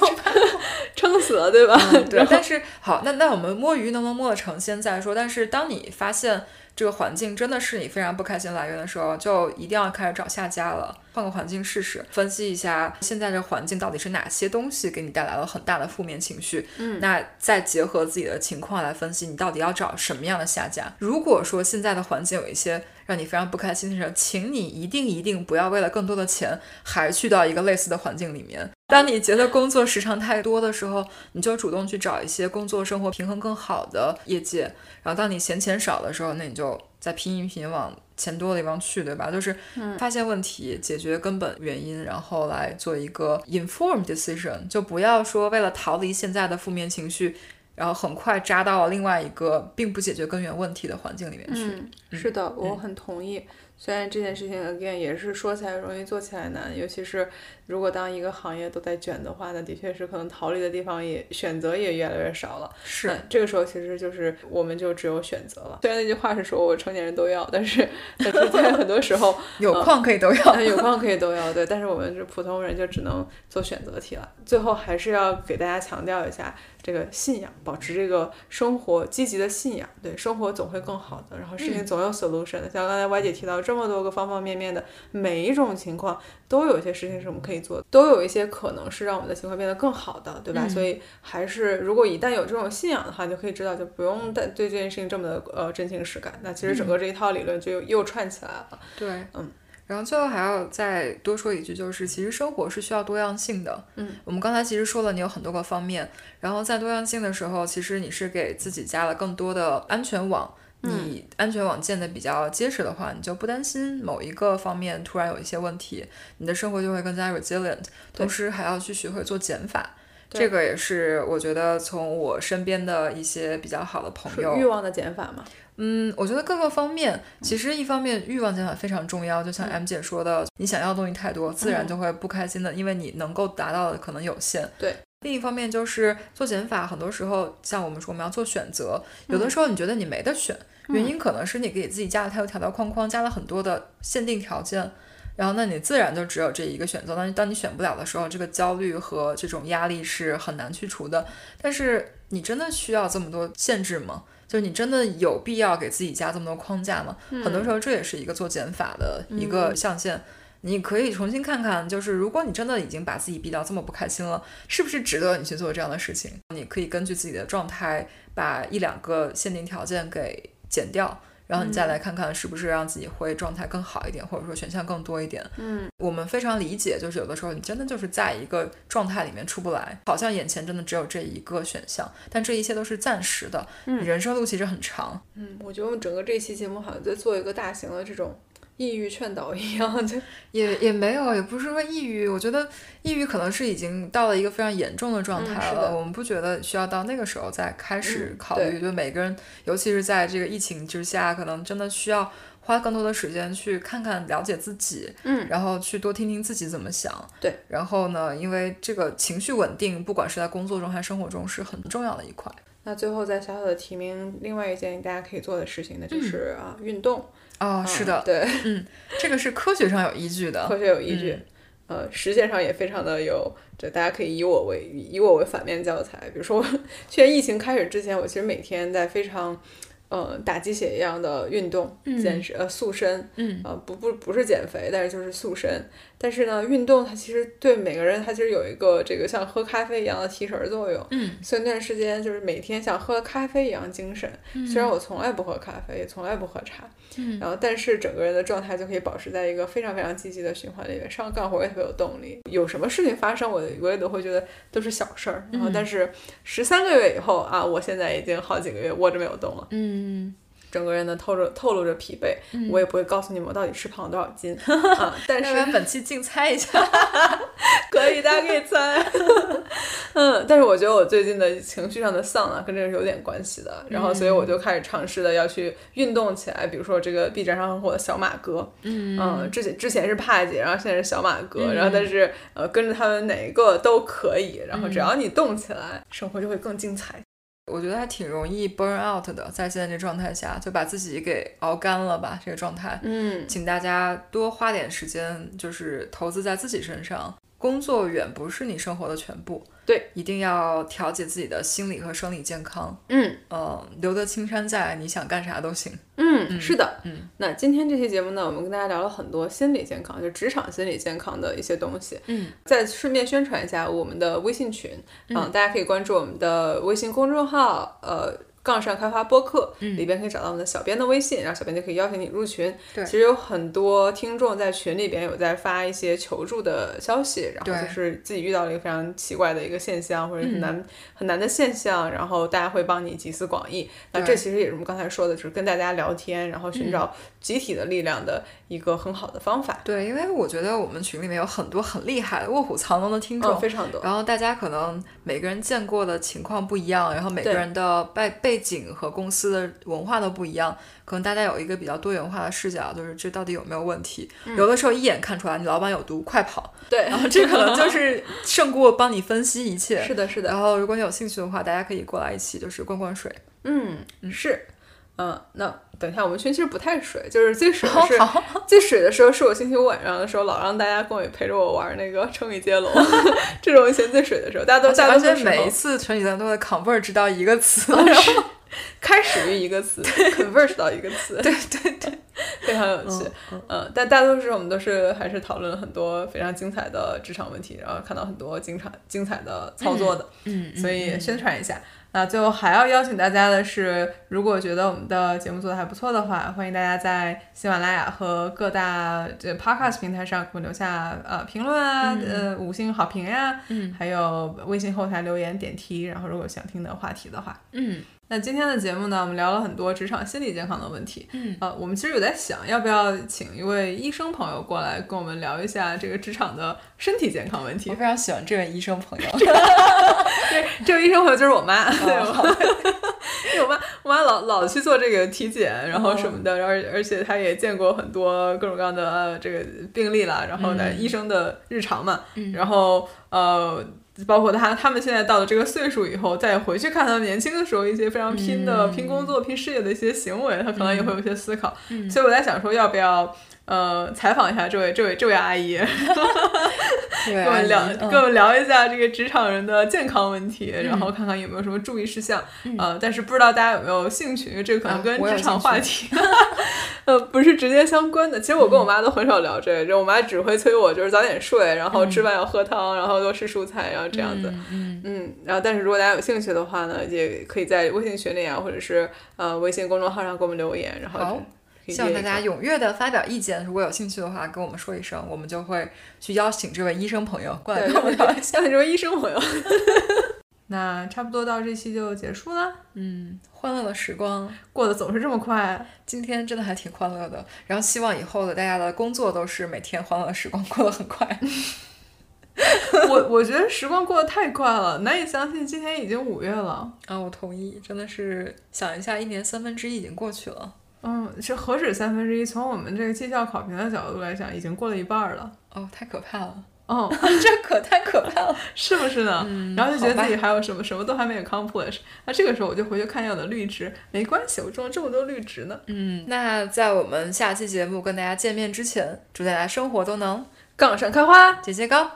C: 撑死了，对吧？
B: 嗯
A: 嗯对，但是好，那那我们摸鱼能不能摸得成，先再说。但是当你发现这个环境真的是你非常不开心来源的时候，就一定要开始找下家了，换个环境试试，分析一下现在这环境到底是哪些东西给你带来了很大的负面情绪。嗯，那再结合自己的情况来分析，你到底要找什么样的下家？如果说现在的环境有一些。让你非常不开心的事，请你一定一定不要为了更多的钱，还去到一个类似的环境里面。当你觉得工作时长太多的时候，你就主动去找一些工作生活平衡更好的业界。然后当你嫌钱少的时候，那你就在拼音频往钱多的地方去，对吧？就是发现问题，解决根本原因，然后来做一个 informed decision，就不要说为了逃离现在的负面情绪，然后很快扎到另外一个并不解决根源问题的环境里面去。
B: 嗯，是的，我很同意。虽然这件事情 again 也是说起来容易，做起来难，尤其是如果当一个行业都在卷的话，那的确是可能逃离的地方也选择也越来越少了。
A: 是
B: 那这个时候其实就是我们就只有选择了。虽然那句话是说我成年人都要，但是但是在很多时候
A: 有矿可以都要。
B: 但有空可以都要对，但是我们是普通人就只能做选择题了。最后还是要给大家强调一下这个信仰，保持这个生活积极的信仰，对生活总会更好的，然后事情总有 solution 的。像刚才歪姐提到这么多个方方面面的，每一种情况都有一些事情是我们可以做的，都有一些可能是让我们的情况变得更好的，对吧？所以还是如果一旦有这种信仰的话，你就可以知道，就不用再对这件事情这么的呃真情实感。那其实整个这一套理论就又又串起来了。
A: 对，
B: 嗯。
A: 然后最后还要再多说一句，就是其实生活是需要多样性的。
B: 嗯，
A: 我们刚才其实说了，你有很多个方面，然后在多样性的时候，其实你是给自己加了更多的安全网。
B: 嗯
A: 你安全网建的比较结实的话，你就不担心某一个方面突然有一些问题，你的生活就会更加 resilient。同时还要去学会做减法，
B: 对
A: 这个也是我觉得从我身边的一些比较好的朋
B: 是
A: 友
B: 欲望的减法嘛？
A: 嗯，我觉得各个方面，其实一方面欲望减法非常重要，就像 M 姐说的，你想要的东西太多，自然就会不开心的，因为你能够达到的可能有限。
B: 对。
A: 另一方面就是做减法，很多时候像我们说我们要做选择，有的时候你觉得你没得选，原因可能是你给自己加了太多条条框框，加了很多的限定条件，然后那你自然就只有这一个选择。但是当你选不了的时候，这个焦虑和这种压力是很难去除的。但是你真的需要这么多限制吗？就是你真的有必要给自己加这么多框架吗？很多时候这也是一个做减法的一个象限。你可以重新看看，就是如果你真的已经把自己逼到这么不开心了，是不是值得你去做这样的事情？你可以根据自己的状态，把一两个限定条件给减掉，然后你再来看看是不是让自己会状态更好一点，或者说选项更多一点。
B: 嗯，
A: 我们非常理解，就是有的时候你真的就是在一个状态里面出不来，好像眼前真的只有这一个选项，但这一切都是暂时的。你人生路其实很长，
B: 嗯，我觉得我们整个这期节目好像在做一个大型的这种抑郁劝导一样，就
A: 也也没有，也不是说抑郁。我觉得抑郁可能是已经到了一个非常严重的状
B: 嗯
A: 态
B: 是
A: 了，
B: 的
A: 我们不觉得需要到那个时候再开始
B: 嗯
A: 考虑。就每个人，尤其是在这个疫情之下，可能真的需要花更多的时间去看看、了解自己，
B: 嗯，
A: 然后去多听听自己怎么想。
B: 对，
A: 然后呢，因为这个情绪稳定，不管是在工作中还是生活中，是很重要的一块。
B: 那最后再小小的提名另外一件大家可以做的事情，那就是啊、运动。
A: 嗯哦，
B: 啊
A: 是的，
B: 对，
A: 这个是科学上有依据的。
B: 科学有依据。
A: 嗯
B: 呃，实践上也非常的有，这大家可以以我为以我为反面教材。比如说，去年疫情开始之前，我其实每天在非常，呃，打鸡血一样的运动，减脂呃塑身，
A: 嗯，
B: 呃不不不是减肥，但是就是塑身。但是呢，运动它其实对每个人它其实有一个这个像喝咖啡一样的提神儿作用，
A: 嗯，
B: 所以那段时间就是每天像喝咖啡一样精神。
A: 嗯
B: 虽然我从来不喝咖啡，也从来不喝茶，然后但是整个人的状态就可以保持在一个非常非常积极的循环里面，上干活也特别有动力。有什么事情发生，我我也都会觉得都是小事儿。
A: 嗯
B: 然后但是十三个月以后啊，我现在已经好几个月窝着没有动了，
A: 嗯，
B: 整个人呢透着透露着疲惫。我也不会告诉你们我到底吃胖了多少 斤啊，但
A: 要
B: 是
A: 不然本期竞猜一下。
B: 可以，大家可以猜。 嗯，但是我觉得我最近的情绪上的丧啊呢，跟这个是有点关系的。然后，所以我就开始尝试的要去运动起来，比如说这个 B 站上很火的小马哥，嗯之前之前是帕姐，然后现在是小马哥，然后但是呃跟着他们哪一个都可以，然后只要你动起来，生活就会更精彩。
A: 我觉得还挺容易 burn out 的，在现在这状态下，就把自己给熬干了吧。这个状态，
B: 嗯，
A: 请大家多花点时间，就是投资在自己身上。工作远不是你生活的全部，
B: 对，
A: 一定要调节自己的心理和生理健康。
B: 嗯
A: 呃，留得青山在，你想干啥都行。
B: 嗯，是的，
A: 嗯。
B: 那今天这期节目呢，我们跟大家聊了很多心理健康，就职场心理健康的一些东西。
A: 嗯，
B: 再顺便宣
D: 嗯
B: 传一下我们的微信群，嗯、大家可以关注我们的微信公众号，呃。
D: 杠上开花播客，
A: 嗯
D: 里边可以找到我们的小编的微信，然后小编就可以邀请你入群。
A: 对
D: 其实有很多听众在群里边有在发一些求助的消息，然后
A: 对嗯
D: 就是自己遇到了一个非常奇怪的一个现象或者很难、很难的现象，然后大家会帮你集思广益。那这
A: 对嗯
D: 其实也是我们刚才说的，就是跟大家聊天，然后寻找集体的力量的一个很好的方法。
A: 对，因为我觉得我们群里面有很多很厉害、卧虎藏龙的听众，
D: 嗯，非常多。
A: 然后大家可能每个人见过的情况不一样，然后每个
D: 对
A: 人的背背景和公司的文化都不一样，可能大家有一个比较多元化的视角，就是这到底有没有问题？有的时候一眼看出来你老板有毒，快 跑！
D: 对，
A: 然后哦这可能就是胜过帮你分析一 切。
D: 是的，是的。
A: 然后如果你有兴趣的话，大家可以过来一起就是灌灌水。
D: 嗯，是，嗯，那等一下，我们群其实不太水，就是最水的
A: 好
D: 是
A: 哦好
D: 最水的时候是我星期五晚上的时候，老让大家跟我陪着我玩那个成语接龙， 这是我以前最水的时候，大家都
A: 而且
D: 大
A: 而
D: 多
A: 且
D: 数时
A: 每一
D: 候
A: 次成语咱都会 convert 知道一个词，然后
D: 开始于一个词，converge 到一个词， 对对对，非常有趣。嗯，但大多数时候我们都是还是讨论了很多非常精彩的职场问题，然后看到很多经常精彩的操作的，
A: 嗯
D: 所以
B: 宣传一下。那最后还要邀请大家的是，如果觉得我们的节目做的还不错的话，欢迎大家在喜马拉雅和各大这 podcast 平台上给我们留下呃评论啊，呃五星好评呀、
A: 嗯
B: 还有微信后台留言点题，然后如果有想听的话题的话，
A: 嗯
B: 那今天的节目呢，我们聊了很多职场心理健康的问题。
A: 嗯，
B: 呃，我们其实有在想，要不要请一位医生朋友过来跟我们聊一下这个职场的身体健康问
A: 我
B: 题
A: 非。常喜欢这位医生朋 友。
B: 这位医生朋友就是我妈， 对
A: 哦
B: 我妈，因为我妈，我妈老老去做这个体检，然后什么的，然后而而且她也见过很多各种各样的、呃、这个病例啦，然后呢，医生的日常嘛，然后呃。包括他，他们现在到了这个岁数以后，再回去看他们年轻的时候一些非常拼的、拼工作、拼事业的一些行为，他可能也会有一些思考。所以我在想说，要不要呃采访一下这位、这位、这位阿姨，
A: 对，
B: 跟我
A: 阿
B: 们
A: 姨
B: 聊，
A: 嗯
B: 跟我们聊一下这个职场人的健康问题，然
A: 嗯
B: 后看看有没有什么注意事项。呃，但是不知道大家有没有兴趣，因为这个可能
A: 啊
B: 跟
A: 我有
B: 职
A: 兴
B: 场话题， 呃，不是直接相关的。其实我跟我
A: 嗯
B: 妈都很少聊这个，就我妈只会催我就是早点睡，然后吃饭要喝汤，然后多吃蔬菜，然后这样子。
A: 嗯嗯
B: 嗯，
D: 然后，但是如果大家有兴趣的话呢，也可以在微信群里啊，或者是呃微信公众号上给我们留言，然后
A: 好
D: 可以
A: 希望大家
D: 列一个
A: 踊跃的发表意见，如果有兴趣的话，跟我们说一声，我们就会去邀请这位医生朋友过来
D: 对，
A: 跟我们聊。
D: 像你这位医生朋友，
B: 那差不多到这期就结束了。
A: 嗯， 欢乐的时光，
B: 过得总是这么快，
A: 今天真的还挺欢乐的。然后希望以后的大家的工作都是每天欢乐的时光 过得很快。
B: 我我觉得时光过得太快了，难以相信今天已经五月了。
A: 啊，我同意，真的是想一下，一年三分之一已经过去了。
B: 嗯，是何止三分之一？从我们这个绩效考评的角度来讲，已经过了一半儿了。
A: 哦，太可怕了，
B: 嗯，
A: 这可太可怕了。
B: 是不是呢？然后就觉
A: 嗯好
B: 得
A: 吧
B: 自己还有什么什么都还没有 accomplish，那这个时候我就回去看一下我的绿植，没关系，我种了这么多绿植呢。
A: 嗯，那在我们下期节目跟大家见面之前，祝大家生活都能
D: 杠上开花。
A: 节节高。